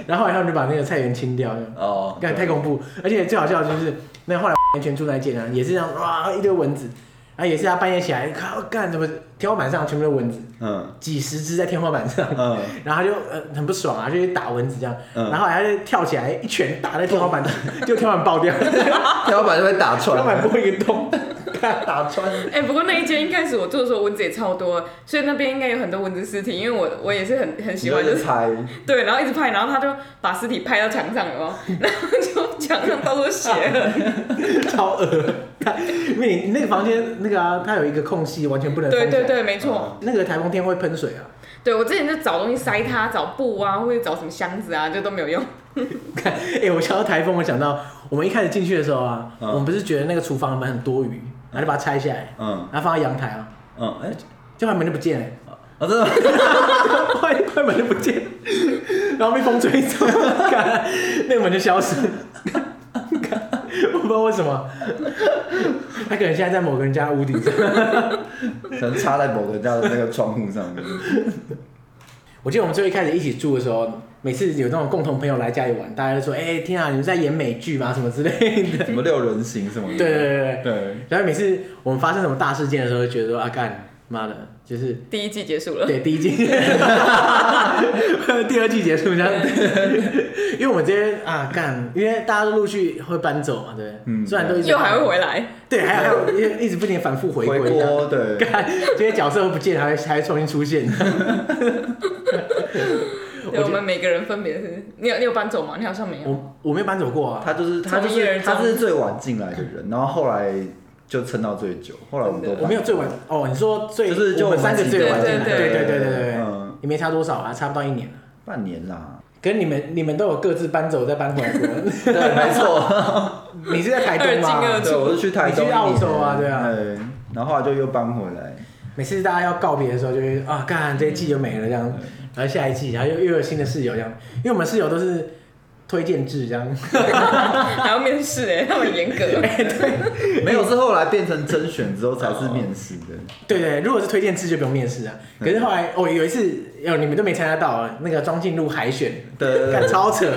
S1: 然后后来他们就把那个菜园清掉，这样。
S3: 哦，
S1: 干太恐怖，而且最好笑的就是那后来完全住那一间啊，也是这样哇一堆蚊子，啊也是他半夜起来，靠干怎么天花板上全部都蚊子，
S3: 嗯
S1: 几十只在天花板上，
S3: 嗯。
S1: 然后他就呃很不爽啊，就去打蚊子这样，
S3: 嗯
S1: 然后他就跳起来一拳打在天花板，就天花板爆 掉，天
S3: 天花板就会打穿，
S1: 花板破一个洞，
S3: 打穿。
S2: 哎、不过那一间一开始我做的时候蚊子也超多，所以那边应该有很多蚊子尸体，因为我我也是很很
S3: 你
S2: 喜
S3: 就
S2: 欢，就是
S3: 是拍，
S2: 对，然后一直拍，然后他就把尸体拍到墙上 了，然后就墙上到处血了，
S1: 超恶，干因为你你那个房间那个啊，它有一个空隙，完全不能
S2: 对
S1: 封起
S2: 对
S1: 来，
S2: 对，没
S3: 嗯
S2: 错，
S1: 那个台风天会喷水啊，
S2: 对我之前就找东西塞它，找布啊，或者找什么箱子啊，就都没有用，
S1: 看，哎、我想到台风，我想到我们一开始进去的时候啊，
S3: 嗯
S1: 我们不是觉得那个厨房的门很多余，然后就把它拆下来，
S3: 嗯
S1: 然后放到阳台啊，
S3: 嗯，哎、
S1: 就后来门就不见了，
S3: 啊真的，
S1: 快快门就不见了，然后被风吹走，看那个门就消失，看我不知道为什么，他可能现在在某个人家的屋顶上。
S3: 可能插在某个人家的那个窗 户上面。
S1: 我记得我们最一开始一起住的时候，每次有那种共同朋友来家里玩，大家就说：“哎、天啊，你们在演美剧吗？什么之类的。
S3: 什么六人行什么”
S1: 对
S3: 的。
S1: 对对对。
S3: 对
S1: 然后每次我们发生什么大事件的时候，就觉得说啊干妈的，就是
S2: 第一季结 束了。
S1: 对第一季，第二季结束这样，因为我们这边啊干，因为大家都陆续会搬走嘛，对不对？
S3: 嗯
S1: 虽然都一直
S2: 又还会回来，
S1: 对，还有还有一直不停地反复回
S3: 回
S1: 归这样，
S3: 锅对。
S1: 干这些角色都不见，还还重新出现，
S2: 对，我们每个人分别是，你有你有搬走吗？你好像没有。
S1: 我我没有搬走过啊，
S3: 他就是他就
S2: 从一而
S3: 是
S2: 终
S3: 他是最晚进来的人，然后后来就撑到最久，后来我们都
S1: 我没有最晚哦，你说最
S3: 就是就
S1: 我们
S3: 我们
S1: 三个
S3: 几
S1: 最
S2: 个
S1: 晚进来，对
S2: 对对
S1: 对
S3: 对
S1: 对对对，
S3: 嗯
S1: 也没差多少啊，差不到一年了。
S3: 半年啦。
S1: 可是你们你们都有各自搬走再搬回来过，
S3: 对，没错。
S1: 你是在台东吗？
S2: 二进二出
S3: 对，我是去台
S1: 你
S3: 东，
S1: 去澳洲啊对啊
S3: 对，然后后来就又搬回来。
S1: 每次大家要告别的时候，就会啊，干这一季就没了这样，然后下一季，然后又又有新的室友这样，因为我们室友都是推荐制这样。
S2: 还要面试哎、他们很严格。
S3: 没有是后来变成甄选之后才是面试的，
S1: 对对，如果是推荐制就不用面试啊。可是后来我、哦有一次，哦你们都没参加到啊那个庄敬路海选，
S3: 对对
S1: 干
S3: 对，
S1: 超扯！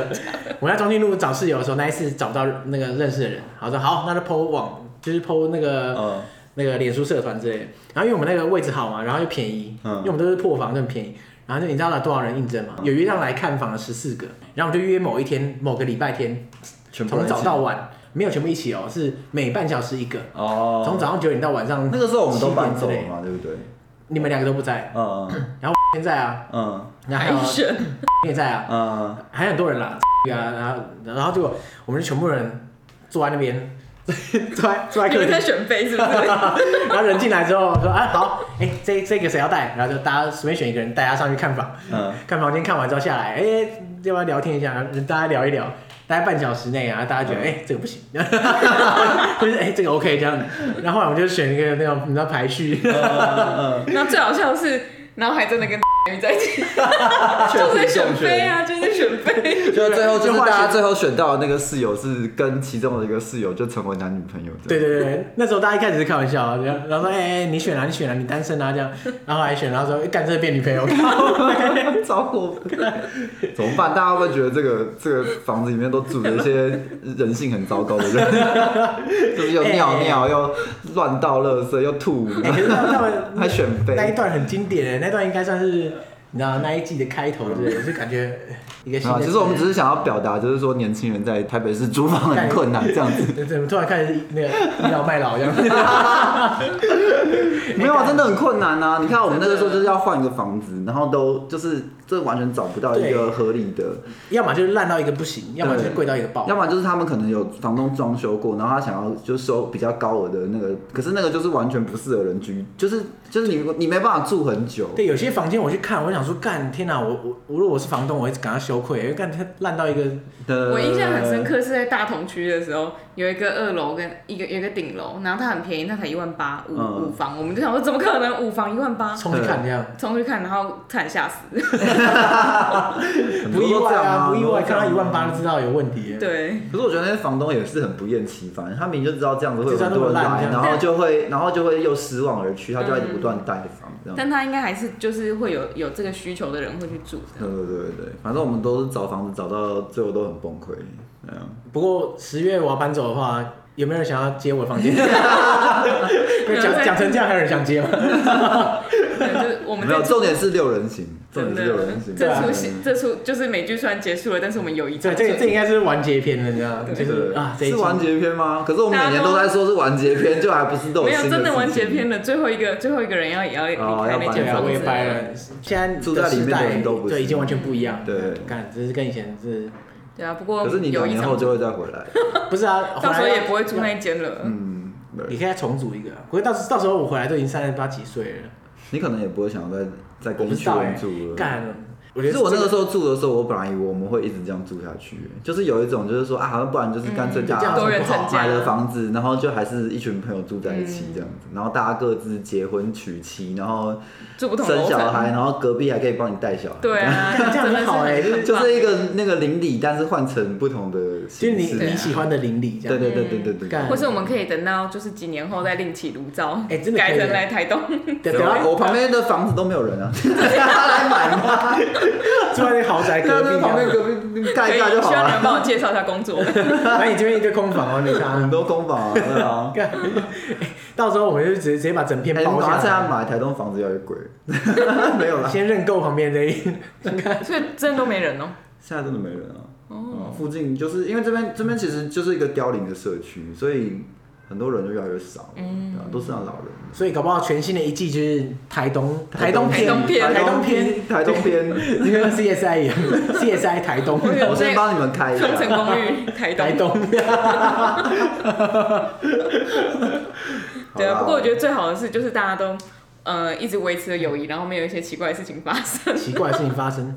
S1: 我在中信路找室友的时候，那一次找不到那个认识的人，好说好，那就 PO 网，就是 PO 那个、
S3: 嗯
S1: 那个脸书社团之类的。然后因为我们那个位置好嘛，然后又便宜，
S3: 嗯
S1: 因为我们都是破房，就很便宜。然后就你知道了多少人应征吗？有约上来看房的十四个，然后我们就约某一天某个礼拜天，
S3: 全部
S1: 从
S3: 人一起
S1: 早到晚，没有全部一起哦，是每半小时一个，
S3: 哦，
S1: 从早上九点到晚上。
S3: 那个时候我们都搬走
S1: 7
S3: 了
S1: 点之类，
S3: 嘛，对不对？
S1: 你们两个都不在，
S3: 嗯
S1: 现在啊，
S3: 嗯
S1: 然后还有
S2: 海选，
S1: 你也在啊，
S3: 嗯，
S1: 还有很多人啦， 啊，然后然后结果我们就全部人坐在那边， 坐在坐在
S2: 你
S1: 客
S2: 们在
S1: 厅，
S2: 选妃是不是？
S1: 然后人进来之后说啊好，哎、这这个谁要带，然后就大家随便选一个人带他上去看房，
S3: 嗯
S1: 看房间看完之后下来，哎、要不要聊天一下，大家聊一聊。大概半小时内啊，大家觉得哎、这个不行， 或者是哎、这个 OK 这样，然后后来我们就选一个那种你知道排序，
S3: 嗯
S2: 然后最好笑的是，然后还真的跟 在 一起，就是在选妃啊，就是在选妃。
S3: 就最后就是
S1: 就化学
S3: 大家最后选到的那个室友是跟其中的一个室友就成为男女朋友的，
S1: 对对对，那时候大家一开始是开玩笑啊，然后然后说，哎、哎你选啊，你选啊，你单身啊这样，然后还选，然后说，哎干这个变女朋友，
S3: 对， 超过分，怎么办？大家会不会觉得这个这个房子里面都住着一些人性很糟糕的人， 就是又尿尿又乱倒垃圾又吐，
S1: 哎可是他们他们
S3: 还选妃
S1: 那一段很经典的，那段应该算是你知道那一季的开头之类的，就感觉哎一个新
S3: 啊，
S1: 的。
S3: 其实我们只是想要表达，就是说年轻人在台北市租房很困难这样子。
S1: 对怎么突然开始那个倚老卖老这样？
S3: 没有，啊，真的很困难啊！你看我们那个时候就是要换一个房子，然后都就是这完全找不到一个
S1: 对
S3: 合理的，
S1: 要么就是烂到一个不行，要么就是贵到一个爆
S3: 要。么就是他们可能有房东装修过，然后他想要就收比较高额的那个，可是那个就是完全不适合人居，就是就是你你没办法住很久。
S1: 对，有些房间我去看，我想说，干天哪！我我我如果我是房东，我会感到羞愧，因为干它烂到一个
S3: 呃
S2: 我印象很深，刻是在大同区的时候，有一个二楼跟一个有一个顶楼，然后它很便宜，它才一万八五
S3: 嗯
S2: 五房，我们就想说怎么可能五房一万八，
S1: 冲去看这样，
S2: 冲去看，然后差点吓死。
S3: 很
S1: 不
S3: 多
S1: 意
S3: 都这
S1: 外
S3: 样
S1: 啊，不意外，
S3: 很多都这
S1: 看
S3: 样
S1: 到一万八就知道有问题了。
S2: 对，
S3: 可是我觉得那些房东也是很不厌其烦，他明明就知道这样子会
S1: 就
S3: 有
S1: 知道
S3: 很多人
S1: 那么烂
S3: 来，
S1: 这样
S3: 然后就会然后就会又失望而去，他就要一直不断带房这
S2: 嗯
S3: 样。
S2: 但他应该还是就是会有有这个需求的人会去住的。
S3: 对对对对，反正我们都是找房子找到最后都很崩溃，对啊，
S1: 不过十月我要搬走的话，有没有人想要接我的房间？讲讲成这样，还有人想接吗？
S2: 对，就是我们
S3: 没
S2: 在
S3: 有，重点是六人行，重
S2: 真
S3: 点
S2: 的
S3: 是六人行，
S1: 对
S2: 这
S1: 啊
S2: 出戏这出就是美剧虽然结束了，但是我们友谊
S1: 对，
S2: 长
S1: 这个
S2: 存
S1: 这。应该是完结篇了，你知道吗？
S2: 对
S1: 就是啊，这一
S3: 是
S1: 集
S3: 完结篇吗？可是我们每年都在说是完结篇，就还不是都
S2: 没
S3: 有
S2: 有
S3: 新
S2: 真的完
S3: 事情
S2: 结篇了，最后一个最后一个人要也要离
S3: 哦
S2: 开
S3: 要
S2: 那
S3: 搬
S1: 对
S2: 间
S1: 啊，
S2: 房
S1: 我也
S2: 子。
S1: 掰了。现在
S3: 住在里面的人都不是
S1: 对，已经完全不一样。
S3: 对
S1: 看，这是跟以前是，
S2: 对啊，不过
S3: 可是你
S2: 友
S3: 两
S2: 谊
S3: 年
S2: 长
S3: 后
S2: 存，
S3: 就会再回来，
S1: 不是啊？
S2: 到时候
S1: 回来
S2: 也不会住那一间了。
S3: 嗯，
S1: 你
S3: 对，
S1: 可以再重组一个啊。可是到时到时候我回来都已经三十八几岁了，
S3: 你可能也不会想要再再
S1: 我
S3: 跟
S1: 不
S3: 一
S1: 知
S3: 群
S1: 道
S3: 人
S1: 哎
S3: 住，了。
S1: 干。我
S3: 可
S1: 觉
S3: 是
S1: 得
S3: 我那个
S1: 这
S3: 时候住的时候，我本来以为我们会一直这样住下去，就是有一种就是说啊，好像不然就是干脆大
S1: 嗯这
S3: 家
S1: 样
S2: 多元成家
S3: 买了房子，然后就还是一群朋友住在一起这样子，然后大家各自结婚娶妻，然后
S2: 住不同
S3: 生
S2: 楼
S3: 小孩，
S2: 层。
S3: 然后隔壁还可以帮你带小孩，
S2: 对 啊，
S1: 这样
S2: 真的
S1: 很好哎
S2: 是很
S3: 就
S2: 棒
S3: 是一个那个邻里，但是换成不同的
S1: 就
S3: 形
S1: 是你
S3: 式。
S1: 你喜欢的邻里这样，
S3: 对啊对对对对对
S1: 干
S2: 或是我们可以等到就是几年后再另起炉灶，
S1: 哎真的可以
S2: 改成来台 东，
S1: 对
S3: 对
S1: 对
S3: 啊
S1: 啊，
S3: 我旁边的房子都没有人啊，他来买吗？
S1: 住在那个豪宅
S3: 对啊，
S1: 隔壁
S3: 那
S1: 这
S3: 旁边
S1: 样，
S3: 隔壁盖
S2: 可
S3: 一
S2: 以
S3: 盖就好
S2: 需要你
S3: 了。
S2: 们帮我介绍一下工作。
S1: 那你这边一个空房哦，你
S3: 很
S1: 看，
S3: 多公房啊，对啊。
S1: 干，哎到时候我们就直接直接把整片
S3: 哎，你
S1: 包
S3: 马上
S1: 下
S3: 现
S1: 来
S3: 在。买台东房子要越贵，没有啦，
S1: 先认购旁边这一，
S2: 所以真的都没人哦、
S3: 现在真的没人啊。哦，附近就是因为这边这边其实就是一个凋零的社区，所以很多人就越来越少，嗯，都是那老人。
S1: 所以搞不好全新的一季就是台东东
S2: 台东
S1: 片
S2: 片
S1: 台
S3: 台
S1: 东
S3: 东
S1: 片，
S3: 片，台东片。
S1: 就跟 CSI 一样，CSI 台东
S2: 我有
S3: 我先帮你们开一下
S2: 双。层公寓，台
S1: 台
S2: 东。
S1: 东，
S2: 对啊，
S3: 好啦
S2: 不过我觉得最好的是就是大家都呃一直维持了友谊，然后没有一些奇怪的事情发生。
S1: 奇怪的事情发生，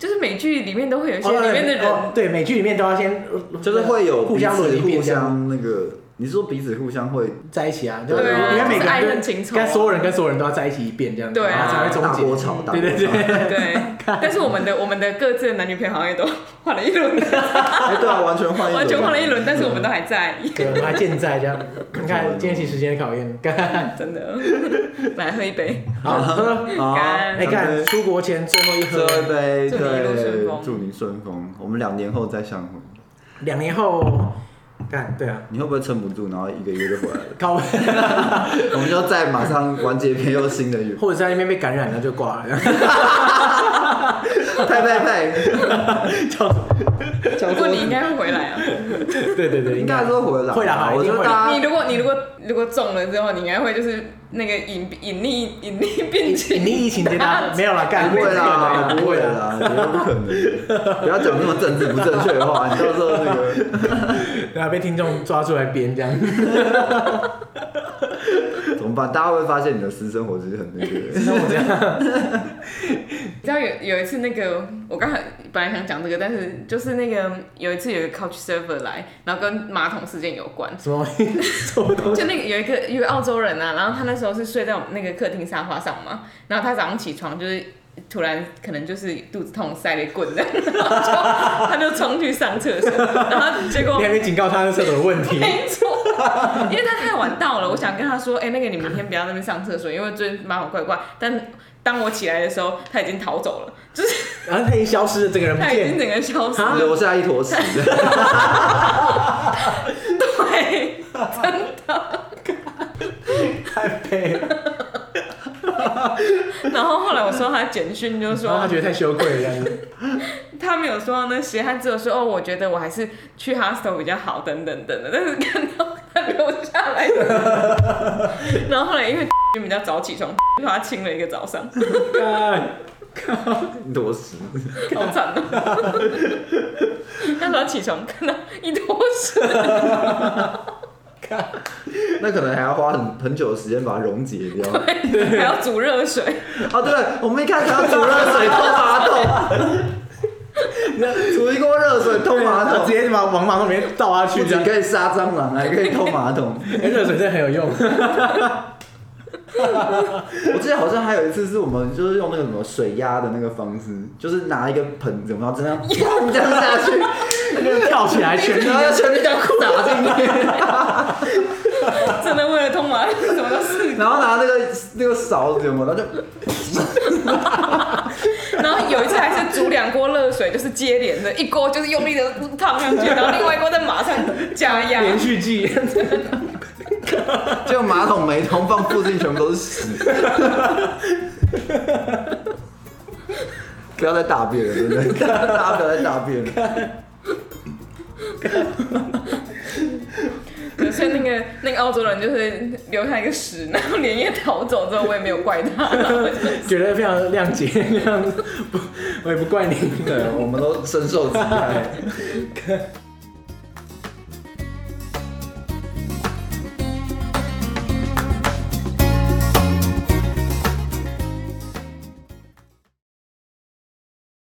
S2: 就是美剧里面都会有一些
S1: 哦
S2: 里面的人
S1: 哦对美剧里面都要先
S3: 就是会有
S1: 互相
S3: 彼
S1: 轮
S3: 此
S1: 一遍
S3: 互
S1: 这样，
S3: 相那个你是说彼此互相会
S1: 在一起啊，
S3: 对啊
S1: 应该每个
S2: 爱
S1: 人
S2: 恨
S1: 跟
S2: 情仇啊
S1: 跟所有人跟所有人都要在一起一遍这样子，
S2: 对
S1: 然
S2: 啊
S1: 后才会
S3: 大
S1: 终
S3: 波
S1: 结。
S3: 吵，大
S1: 对
S3: 波
S1: 对
S3: 吵。
S1: 对，
S2: 对， 但是我们的我们的各自的男女朋友好像也都 换了一轮，
S3: 哎，对啊，完全换一个，
S2: 完全换了一轮，但是我们都还在，
S1: 对，我们还健在这样。你看，见习时间的考验，干
S2: 真的。 来喝一杯，
S1: 好喝。
S3: 好
S2: 干
S1: 哎，干，出国前最后一
S3: 这
S1: 喝，
S3: 啊
S2: 祝
S3: 杯，
S2: 你一路顺
S3: 对，
S2: 风
S3: 祝你顺风。我们两年后再相会，
S1: 两年后，干，对啊，
S3: 你会不会撑不住，然后一个月就回来了？
S1: 高，。
S3: 我们就再马上完结篇又新的月
S1: 或者在那边被感染了就挂了，
S3: 太太太，
S1: 这样子
S2: 不过你应该会回来啊。
S1: 对对对，
S3: 应该说回来，
S1: 会啦
S3: 我
S1: 一定
S3: 觉
S1: 会
S3: 得大
S2: 你
S3: 家
S2: 如果你如果如果中了之后，你应该会就是那个隐隐匿隐匿病
S1: 肯定
S2: 情，
S1: 疫情接 单没有啦，干
S3: 不会
S1: 啦，
S3: 啦，不会啦，绝对不可能。不要讲那么政治不正确的话，你到时候那个。
S1: 对啊，被听众抓出来编这样，
S3: 怎么办？大家会不会发现你的私生活其实很那个。
S1: 那我这样，
S2: 你知道有有一次那个我刚才本来想讲这个，但是就是那个有一次有一个 couch server 来，然后跟马桶事件有关。
S1: 什么什么东西？
S2: 就那个有一个有一个澳洲人啊，然后他那时候是睡在我们那个客厅沙发上嘛，然后他早上起床就是突然可能就是肚子 痛塞了一棍这样，然后就他就冲去上厕所，然后结果
S1: 你还没警告他那厕所的问题，
S2: 没错，因为他太晚到了，我想跟他说，哎、那个你明天不要在那边上厕所，因为最近马桶怪怪。但当我起来的时候，他已经逃走了，就是
S1: 然后他已经消失了，这个人不
S2: 他已经
S1: 见，
S2: 整个消失了。
S3: 留下一坨屎，
S2: 对，
S1: 太配了，
S2: 然后后来我收到他简讯，就
S1: 然后他
S2: 说
S1: 觉得太羞愧了这样子，
S2: 他没有说到那些，他只有说哦，我觉得我还是去 hostel 比较好，等等等等。但是看到他留下来的，然后后来因为比较早起床，就把他亲了一个早上，
S1: 干
S3: 一坨屎。
S2: 好惨哦、那时候起床看到一坨屎。
S1: 干，
S3: 那可能还要花很很久的时间把它溶解掉。
S2: 还要煮热水，
S3: 哦，对了，我们一开始要煮热水通马桶，煮一锅热水通马
S1: 然后
S3: 桶
S1: 直，接把往马桶里面倒下
S3: 不
S1: 去这
S3: 仅
S1: 样，
S3: 可以杀蟑螂，还可以通马桶。
S1: 哎，热水真的很有用，
S3: 我记得好像还有一次是我们就是用那个什么水压的那个方式，就是拿一个盆子，然后这样 砰这样下去，
S1: 那个跳起来 全力
S3: 然后全力这样打进去。
S2: 真的为了通马桶什么都试过。
S3: 然后拿那个那个勺子有没有？然后就
S2: 然后有一次还是煮两锅热水，就是接连的，一锅就是用力的烫上去，然后另外一锅再马上加压。
S1: 连续技，
S3: 就马桶每桶放附近全部都是屎。不要再大便了，真的， 大家不要再大便了。
S2: 对所以那个那个澳洲人就是留下一个屎，然后连夜逃走之后，我也没有怪他。然后就
S1: 觉得非常谅解，这样子不，我也不怪你，
S3: 对，我们都深受其害。